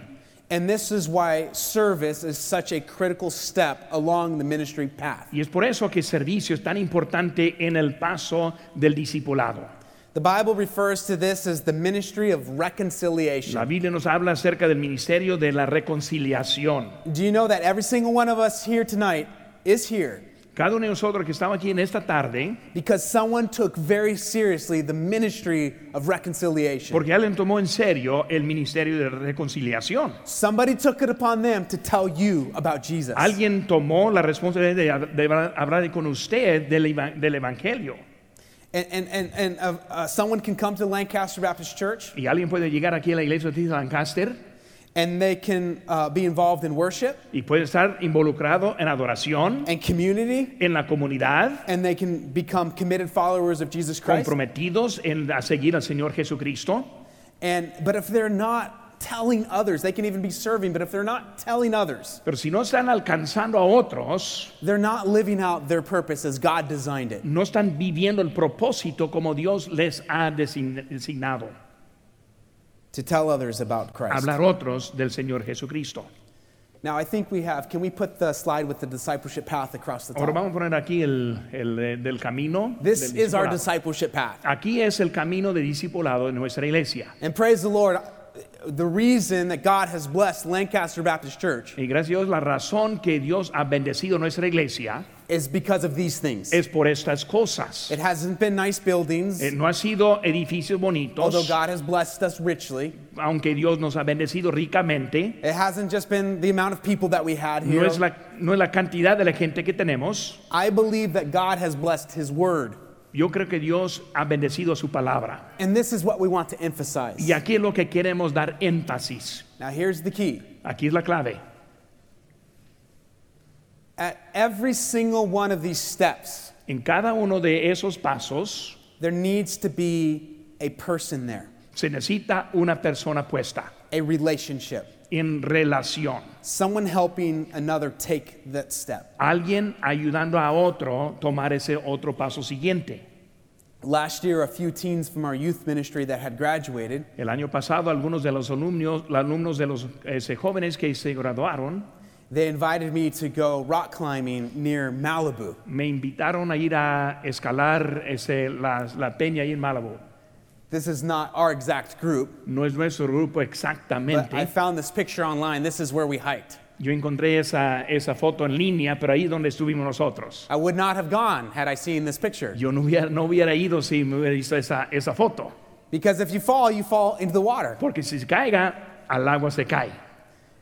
Speaker 1: And this is why service is such a critical step along the ministry path.
Speaker 2: Y es por eso que servicio es tan importante en el paso del discipulado.
Speaker 1: The Bible refers to this as the ministry of reconciliation.
Speaker 2: La Biblia nos habla acerca del ministerio de la reconciliación.
Speaker 1: Do you know that every single one of us here tonight is here
Speaker 2: Cada uno de nosotros que estaba aquí en esta tarde,
Speaker 1: because someone took very seriously the ministry of reconciliation?
Speaker 2: porque alguien tomó en serio el ministerio de reconciliación.
Speaker 1: Somebody took it upon them to tell you about Jesus.
Speaker 2: Alguien tomó la responsabilidad de, hab- de hablar con usted del, eva- del Evangelio.
Speaker 1: And, and, and, and uh, uh, someone can come to Lancaster Baptist Church
Speaker 2: Y alguien puede llegar aquí a la iglesia de Lancaster
Speaker 1: and they can uh, be involved in worship
Speaker 2: y puede estar involucrado en adoración,
Speaker 1: and community,
Speaker 2: en la comunidad,
Speaker 1: and they can become committed followers of Jesus Christ.
Speaker 2: comprometidos en a seguir al Señor Jesucristo.
Speaker 1: And but if they're not telling others, they can even be serving, but if they're not telling others,
Speaker 2: Pero si no están alcanzando a otros,
Speaker 1: they're not living out their purpose as God designed it.
Speaker 2: no están viviendo el propósito como Dios les ha design- designado.
Speaker 1: To tell others about Christ.
Speaker 2: Hablar otros del Señor Jesucristo.
Speaker 1: Now I think we have can we put the slide with the discipleship path across the
Speaker 2: Ahora
Speaker 1: top?
Speaker 2: vamos a poner aquí el, el, eh, del camino.
Speaker 1: This
Speaker 2: del
Speaker 1: is our
Speaker 2: discipulado.
Speaker 1: discipleship path.
Speaker 2: Aquí es el camino de discipulado en nuestra iglesia.
Speaker 1: And praise the Lord, the reason that God has blessed Lancaster Baptist Church
Speaker 2: Y gracias a Dios, la razón que Dios ha bendecido nuestra iglesia
Speaker 1: is because of these things.
Speaker 2: es por estas cosas.
Speaker 1: It hasn't been nice buildings,
Speaker 2: Eh, No ha sido edificios
Speaker 1: although
Speaker 2: bonitos,
Speaker 1: God has blessed us richly.
Speaker 2: aunque Dios nos ha bendecido ricamente.
Speaker 1: It hasn't just been the amount of people that we had
Speaker 2: No
Speaker 1: here.
Speaker 2: es, la, no es la cantidad de la gente que tenemos.
Speaker 1: I believe that God has blessed His Word.
Speaker 2: Yo creo que Dios ha bendecido su palabra.
Speaker 1: And this is what we want to emphasize.
Speaker 2: Y aquí es lo que queremos dar énfasis.
Speaker 1: Now, here's the key.
Speaker 2: Aquí es la clave.
Speaker 1: At every single one of these steps,
Speaker 2: En cada uno de esos pasos
Speaker 1: there needs to be a person there,
Speaker 2: se necesita una persona puesta
Speaker 1: a relationship,
Speaker 2: en relación.
Speaker 1: someone helping another take that step.
Speaker 2: Alguien ayudando a otro tomar ese otro paso siguiente.
Speaker 1: Last year, a few teens from our youth ministry that had graduated
Speaker 2: El año pasado algunos de los alumnos, los alumnos de los ese, jóvenes que se graduaron
Speaker 1: They invited me to go rock climbing near Malibu.
Speaker 2: me invitaron a ir a escalar ese, la, la peña ahí en Malibu.
Speaker 1: This is not our exact group,
Speaker 2: No es nuestro grupo
Speaker 1: but I
Speaker 2: exactamente.
Speaker 1: found this picture online. This is where we hiked.
Speaker 2: Yo encontré esa, esa foto en línea, pero ahí es donde estuvimos nosotros.
Speaker 1: I would not have gone had I seen this picture.
Speaker 2: Yo no hubiera, no hubiera ido si me hubiera visto esa, esa foto.
Speaker 1: Because if you fall, you fall into the water.
Speaker 2: Porque si se caiga, al agua se cae.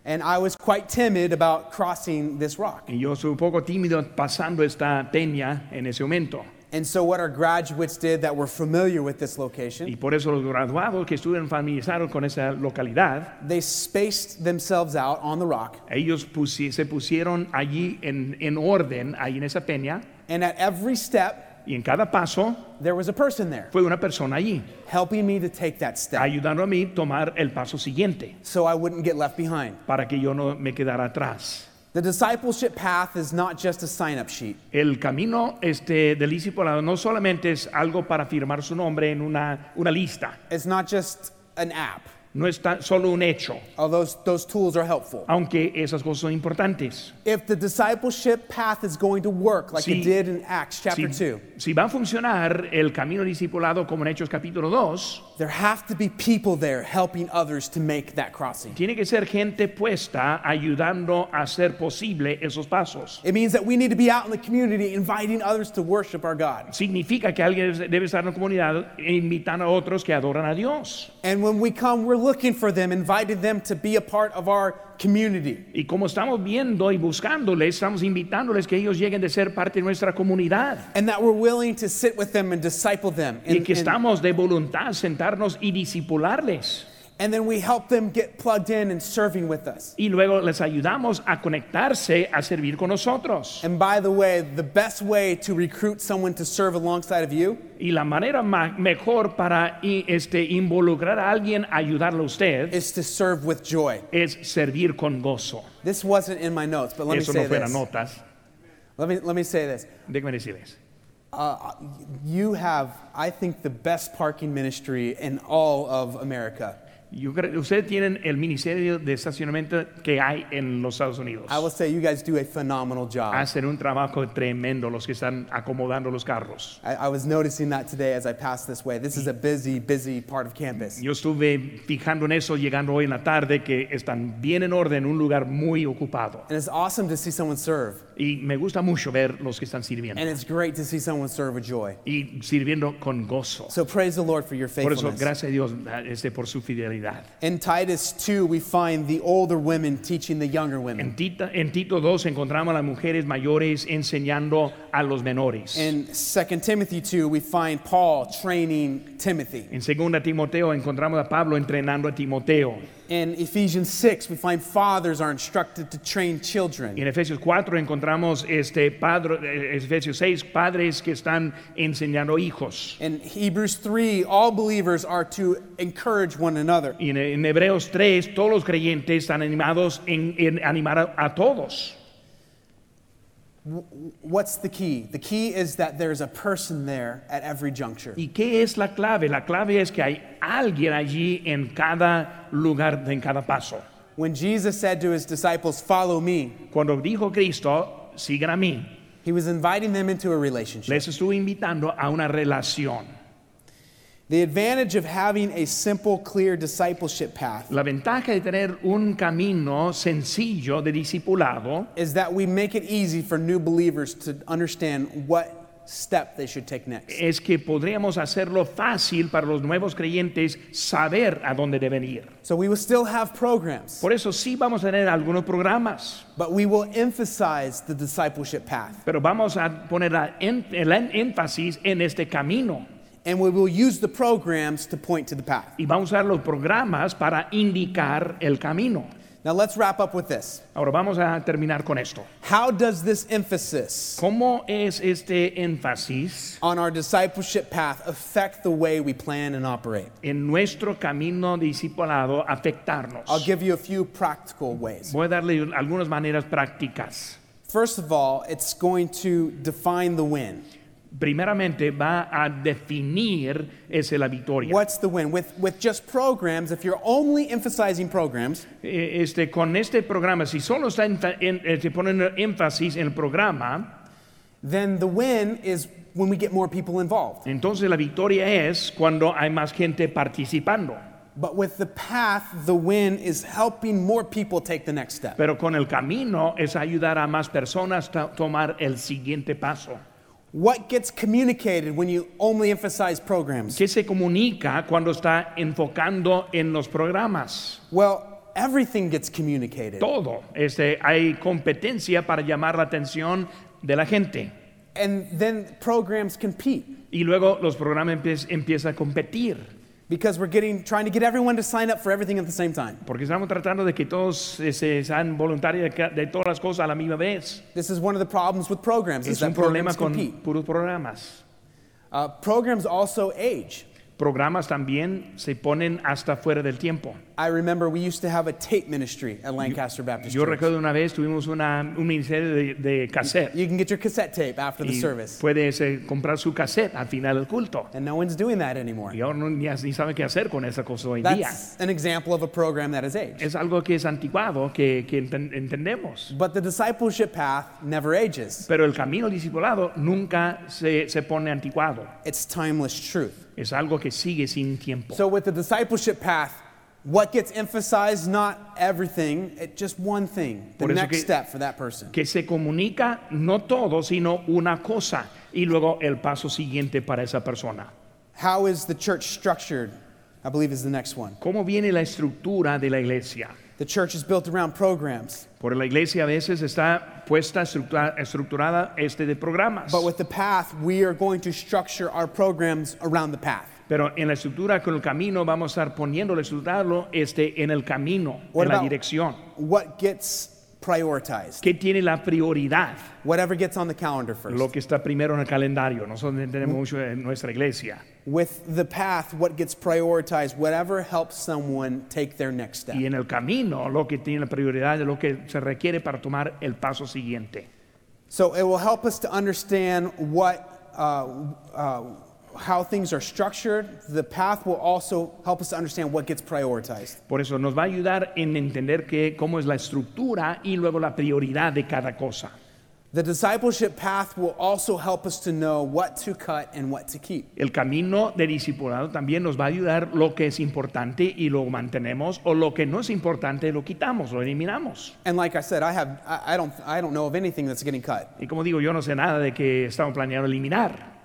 Speaker 1: And I was quite timid about crossing this rock.
Speaker 2: Y yo soy un poco tímido pasando esta peña en ese momento.
Speaker 1: And so, what our graduates did that were familiar with this
Speaker 2: Y
Speaker 1: location,
Speaker 2: por eso los graduados que estuvieron familiarizados con esa localidad,
Speaker 1: they spaced themselves out on the rock.
Speaker 2: ellos pusi- se pusieron allí en, en orden, ahí en esa peña,
Speaker 1: And at every step,
Speaker 2: y en cada paso
Speaker 1: there was a person there
Speaker 2: fue una persona allí,
Speaker 1: helping me to take that step
Speaker 2: ayudando a mí tomar el paso siguiente
Speaker 1: so I wouldn't get left behind.
Speaker 2: para que yo no me quedara atrás.
Speaker 1: The discipleship path is not just a sign up sheet,
Speaker 2: El camino este, del discipulado no solamente es algo para firmar su nombre en una, una lista,
Speaker 1: it's not just an app,
Speaker 2: no es tan- solo un hecho,
Speaker 1: although those, those tools are helpful.
Speaker 2: aunque esas cosas son importantes.
Speaker 1: If the discipleship path is going to work like
Speaker 2: Sí.
Speaker 1: it did in Acts chapter
Speaker 2: Si,
Speaker 1: 2,
Speaker 2: si va a funcionar el camino del discipulado como en Hechos capítulo 2,
Speaker 1: there have to be people there helping others to make that crossing.
Speaker 2: tiene que ser gente puesta ayudando a hacer posible esos pasos.
Speaker 1: It means that we need to be out in the community inviting others to worship our God.
Speaker 2: Significa que alguien debe- debe estar en la comunidad e invitar a otros que adoran a Dios.
Speaker 1: And when we come, we're looking for them, inviting them to be a part of our community.
Speaker 2: Y como estamos viendo y buscándoles, estamos invitándoles que ellos lleguen de ser parte de nuestra comunidad.
Speaker 1: And that we're willing to sit with them and disciple them.
Speaker 2: Y
Speaker 1: And-
Speaker 2: que
Speaker 1: and,
Speaker 2: estamos de voluntad sentarnos y disipularles.
Speaker 1: and then we help them get plugged in and serving with us.
Speaker 2: Y luego les ayudamos a conectarse a servir con nosotros.
Speaker 1: And by the way, the best way to recruit someone to serve alongside of you
Speaker 2: Y la manera ma- mejor para i- este, involucrar a alguien, ayudarle a usted,
Speaker 1: is to serve with joy.
Speaker 2: es servir con gozo.
Speaker 1: This wasn't in my notes, but let me
Speaker 2: Eso no
Speaker 1: say
Speaker 2: fueron
Speaker 1: this.
Speaker 2: notas.
Speaker 1: Let me, let me say this.
Speaker 2: Déjenme decirles.
Speaker 1: Uh, you have, I think, the best parking ministry in all of America.
Speaker 2: Yo creo- ustedes tienen el ministerio de estacionamiento que hay en los Estados Unidos.
Speaker 1: I will say you guys do a phenomenal job.
Speaker 2: Hacen un trabajo tremendo los que están acomodando los carros.
Speaker 1: I, I was noticing that today as I passed this way. This is a busy, busy part of campus.
Speaker 2: Yo estuve fijando en eso llegando hoy en la tarde que están bien en orden, un lugar muy ocupado.
Speaker 1: And it's awesome to see someone serve.
Speaker 2: Y me gusta mucho ver los que están sirviendo
Speaker 1: And it's great to see someone serve with joy.
Speaker 2: y sirviendo con gozo.
Speaker 1: So praise the Lord for your
Speaker 2: Por eso,
Speaker 1: faithfulness.
Speaker 2: gracias a Dios este, por su fidelidad.
Speaker 1: In Titus 2, we find the older women teaching the younger women.
Speaker 2: En, Tita- en Tito 2 encontramos a las mujeres mayores enseñando a los menores.
Speaker 1: In 2 Timothy 2, we find Paul training Timothy.
Speaker 2: En 2 Timoteo encontramos a Pablo entrenando a Timoteo.
Speaker 1: In Ephesians 6, we find fathers are instructed to train
Speaker 2: Y
Speaker 1: children.
Speaker 2: en Efesios 4 encontramos este padre, eh, Efesios 6, padres que están enseñando hijos.
Speaker 1: In Hebrews 3, all believers are to encourage one another.
Speaker 2: Y en, en Hebreos 3 todos los creyentes están animados en, en animar a, a todos.
Speaker 1: What's the key? The key is that there's a person there at every juncture.
Speaker 2: ¿Y qué es la clave? La clave es que hay alguien allí en cada lugar, en cada paso.
Speaker 1: When Jesus said to his disciples, Follow me,
Speaker 2: Cuando dijo Cristo, sigan a mí,
Speaker 1: he was inviting them into a relationship.
Speaker 2: les estuvo invitando a una relación.
Speaker 1: The advantage of having a simple, clear discipleship path
Speaker 2: La ventaja de tener un camino sencillo de discipulado
Speaker 1: is that we make it easy for new believers to understand what step they should take next.
Speaker 2: es que podríamos hacerlo fácil para los nuevos creyentes saber a dónde deben ir.
Speaker 1: So we will still have programs,
Speaker 2: Por eso sí vamos a tener algunos programas,
Speaker 1: but we will emphasize the discipleship path.
Speaker 2: pero vamos a poner la en- el en- énfasis en este camino
Speaker 1: And we will use the programs to point to the path.
Speaker 2: y vamos a usar los programas para indicar el camino.
Speaker 1: Now let's wrap up with this.
Speaker 2: Ahora vamos a terminar con esto.
Speaker 1: How does this emphasis
Speaker 2: ¿Cómo es este énfasis
Speaker 1: on our discipleship path affect the way we plan and operate?
Speaker 2: en nuestro camino discipulado afectarnos?
Speaker 1: I'll give you a few practical ways.
Speaker 2: Voy a darle algunas maneras prácticas.
Speaker 1: First of all, it's going to define the win.
Speaker 2: primeramente va a definir es la victoria.
Speaker 1: What's the win? With, with just programs, if you're only emphasizing programs,
Speaker 2: Eh, Este, con este programa, si solo está enfa- en- eh, se ponen énfasis en el programa,
Speaker 1: then the win is when we get more people involved.
Speaker 2: entonces la victoria es cuando hay más gente participando.
Speaker 1: But with the path, the win is helping more people take the next step.
Speaker 2: Pero con el camino es ayudar a más personas a tomar el siguiente paso.
Speaker 1: What gets communicated when you only emphasize programs?
Speaker 2: ¿Qué se comunica cuando está enfocando en los programas?
Speaker 1: Well, everything gets communicated.
Speaker 2: Todo. Este, hay competencia para llamar la atención de la gente.
Speaker 1: And then programs compete
Speaker 2: Y luego los programas empie- empiezan a competir.
Speaker 1: because we're getting trying to get everyone to sign up for everything at the same time.
Speaker 2: Porque estamos tratando de que todos eh, se sean voluntarios de, ca- de todas las cosas a la misma vez.
Speaker 1: This is one of the problems with programs is
Speaker 2: Es un
Speaker 1: that
Speaker 2: problema
Speaker 1: programs
Speaker 2: con
Speaker 1: compete.
Speaker 2: puros programas.
Speaker 1: Uh, programs also age.
Speaker 2: Programas también se ponen hasta fuera del tiempo.
Speaker 1: I remember we used to have a tape ministry at Lancaster Baptist
Speaker 2: Yo
Speaker 1: Church.
Speaker 2: recuerdo una vez tuvimos una- un ministerio de, de cassette.
Speaker 1: You can get your cassette tape after the
Speaker 2: Y
Speaker 1: service,
Speaker 2: puedes eh, comprar su cassette al final del culto.
Speaker 1: and no one's doing that anymore.
Speaker 2: Y ahora no, ni, ni sabe qué hacer con esa cosa hoy día.
Speaker 1: That's an example of a program that is aged.
Speaker 2: Es algo que es anticuado, que, que enten- entendemos.
Speaker 1: But the discipleship path never ages.
Speaker 2: Pero el camino discipulado nunca se, se pone anticuado.
Speaker 1: It's timeless truth.
Speaker 2: Es algo que sigue sin tiempo.
Speaker 1: So with the discipleship path, what gets emphasized not everything, it just one thing, the
Speaker 2: Por eso
Speaker 1: next
Speaker 2: que-
Speaker 1: step for that person.
Speaker 2: que se comunica no todo, sino una cosa, y luego el paso siguiente para esa persona.
Speaker 1: How is the church structured? I believe is the next one.
Speaker 2: ¿Cómo viene la estructura de la iglesia?
Speaker 1: The church is built around programs,
Speaker 2: Por la iglesia a veces está puesta estructura- estructurada este de programas,
Speaker 1: but with the path, we are going to structure our programs around the path.
Speaker 2: pero en la estructura con el camino vamos a estar poniéndolo, estructurarlo este en el camino,
Speaker 1: What
Speaker 2: en la
Speaker 1: about-
Speaker 2: dirección.
Speaker 1: What gets prioritized?
Speaker 2: ¿Qué tiene la prioridad?
Speaker 1: Whatever gets on the calendar first.
Speaker 2: Lo que está primero en el calendario. Nosotros tenemos
Speaker 1: Mm.
Speaker 2: mucho en nuestra iglesia.
Speaker 1: With the path, what gets prioritized? Whatever helps someone take their next step.
Speaker 2: Y en el camino, lo que tiene la prioridad es lo que se requiere para tomar el paso siguiente.
Speaker 1: So it will help us to understand what uh, uh, how things are structured, the path will also help us to understand what gets prioritized.
Speaker 2: Por eso nos va a ayudar en entender que, cómo es la estructura y luego la prioridad de cada cosa.
Speaker 1: The discipleship path will also help us to know what to cut and what to keep.
Speaker 2: El camino de discipulado también nos va a ayudar lo que es importante y lo mantenemos o lo que no es importante lo quitamos, lo eliminamos.
Speaker 1: And like I said, I have I, I don't I don't know of anything that's getting cut.
Speaker 2: Y como digo, yo no sé nada de que estamos planeando eliminar.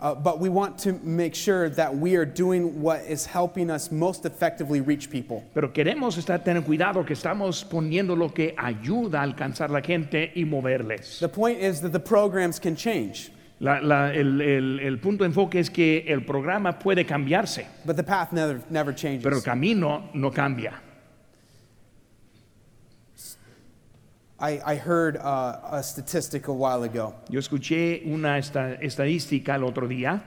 Speaker 1: Uh, but we want to make sure that we are doing what is helping us most effectively reach people.
Speaker 2: Pero queremos estar tener cuidado que estamos poniendo lo que ayuda a alcanzar la gente y moverles.
Speaker 1: The point is that the programs can change,
Speaker 2: La- la- el, el- el punto de enfoque es que el programa puede cambiarse,
Speaker 1: but the path never never changes.
Speaker 2: pero el camino no cambia.
Speaker 1: I, I heard uh, a statistic a while ago
Speaker 2: Yo escuché una esta- estadística el otro día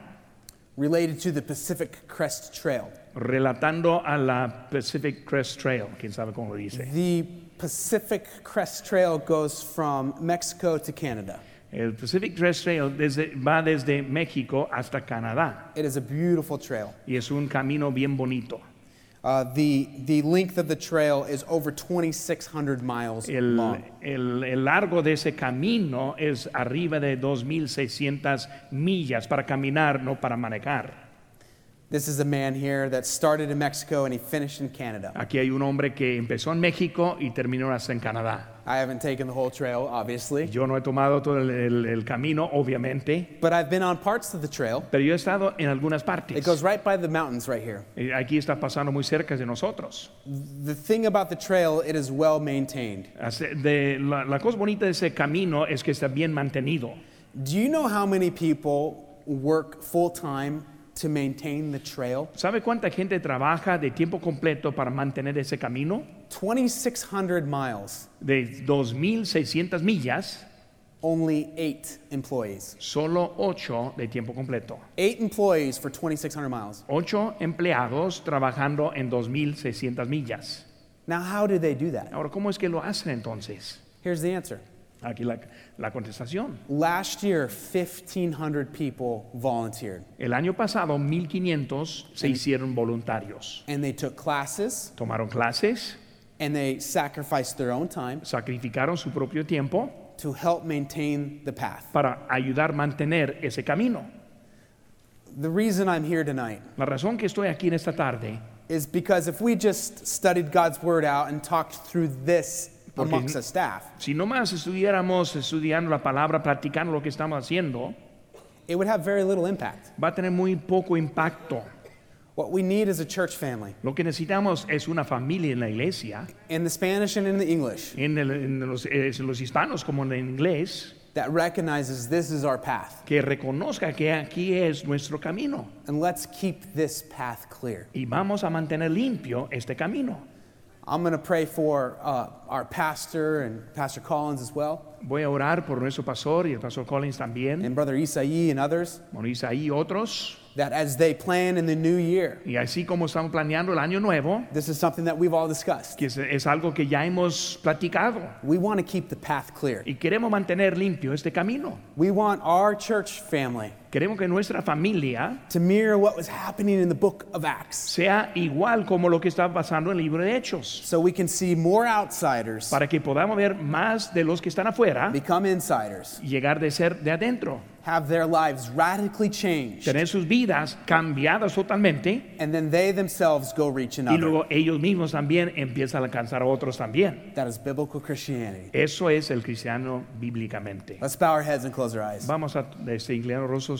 Speaker 1: related to the Pacific Crest Trail.
Speaker 2: relatando a la Pacific Crest Trail, quién sabe cómo lo dice.
Speaker 1: The Pacific Crest Trail goes from Mexico to Canada.
Speaker 2: El Pacific Crest Trail desde- va desde México hasta Canadá
Speaker 1: It is a beautiful trail.
Speaker 2: y es un camino bien bonito.
Speaker 1: Uh, the, the length of the trail is over 2,600 miles
Speaker 2: El,
Speaker 1: long.
Speaker 2: el- el largo de ese camino es arriba de 2.600 millas para caminar, no para manejar.
Speaker 1: This is a man here that started in Mexico and he finished in Canada.
Speaker 2: Aquí hay un hombre que empezó en México y terminó hasta en Canadá.
Speaker 1: I haven't taken the whole trail, obviously,
Speaker 2: Yo no he tomado todo el, el- el camino, obviamente,
Speaker 1: but I've been on parts of the trail.
Speaker 2: pero yo he estado en algunas
Speaker 1: It
Speaker 2: partes.
Speaker 1: goes right by the mountains right here.
Speaker 2: Eh, Aquí está pasando muy cerca de nosotros.
Speaker 1: The thing about the trail, it is well maintained.
Speaker 2: Hace- de- la, la cosa bonita de ese camino es que está bien mantenido.
Speaker 1: Do you know how many people work full time to maintain the trail?
Speaker 2: ¿Sabe cuánta gente trabaja de tiempo completo para mantener ese camino?
Speaker 1: 2,600 miles,
Speaker 2: De 2.600 millas.
Speaker 1: only eight employees.
Speaker 2: solo 8 de tiempo completo.
Speaker 1: Eight employees for 2,600 miles.
Speaker 2: 8 empleados trabajando en 2.600 millas.
Speaker 1: Now, how do they do that?
Speaker 2: Ahora, ¿cómo es que lo hacen entonces?
Speaker 1: Here's the answer.
Speaker 2: Aquí la, la contestación.
Speaker 1: Last year, 1,500 people volunteered
Speaker 2: El año pasado, 1.500 se hicieron voluntarios.
Speaker 1: and they took classes
Speaker 2: Tomaron clases,
Speaker 1: and they sacrificed their own time
Speaker 2: sacrificaron su propio tiempo
Speaker 1: to help maintain the path.
Speaker 2: para ayudar a mantener ese camino.
Speaker 1: The reason I'm here tonight
Speaker 2: La razón que estoy aquí en esta tarde,
Speaker 1: is because if we just studied God's word out and talked through this
Speaker 2: Porque-
Speaker 1: amongst the staff,
Speaker 2: si nomás estuviéramos estudiando la palabra, practicando lo que estamos haciendo,
Speaker 1: it would have very little impact.
Speaker 2: va a tener muy poco impacto.
Speaker 1: What we need is a church family
Speaker 2: Lo que necesitamos es una familia en la iglesia,
Speaker 1: in the Spanish and in the English
Speaker 2: en, el- en los, eh, los hispanos como en el inglés,
Speaker 1: that recognizes this is our path
Speaker 2: que reconozca que aquí es nuestro camino
Speaker 1: and let's keep this path clear.
Speaker 2: y vamos a mantener limpio este camino.
Speaker 1: I'm going to pray for uh, our pastor and Pastor Collins as well,
Speaker 2: Voy a orar por nuestro pastor y el pastor Collins también,
Speaker 1: and Brother Isai and others,
Speaker 2: por Isaí y otros.
Speaker 1: that as they plan in the new year,
Speaker 2: Y así como estamos planeando el año nuevo,
Speaker 1: this is something that we've all discussed.
Speaker 2: que es, es algo que ya hemos platicado
Speaker 1: We want to keep the path clear.
Speaker 2: y queremos mantener limpio este camino.
Speaker 1: We want our church family
Speaker 2: Queremos que nuestra familia
Speaker 1: to mirror what was happening in the book of Acts
Speaker 2: sea igual como lo que está pasando en el libro de Hechos.
Speaker 1: so we can see more outsiders
Speaker 2: para que podamos ver más de los que están afuera
Speaker 1: become insiders,
Speaker 2: y llegar de ser de adentro,
Speaker 1: have their lives radically changed,
Speaker 2: tener sus vidas cambiadas totalmente
Speaker 1: and then they themselves go reach
Speaker 2: y
Speaker 1: another.
Speaker 2: luego ellos mismos también empiezan a alcanzar a otros también.
Speaker 1: That is biblical Christianity.
Speaker 2: Eso es el cristiano bíblicamente.
Speaker 1: Let's bow our heads and close our eyes.
Speaker 2: Vamos a este, inclinar los rostros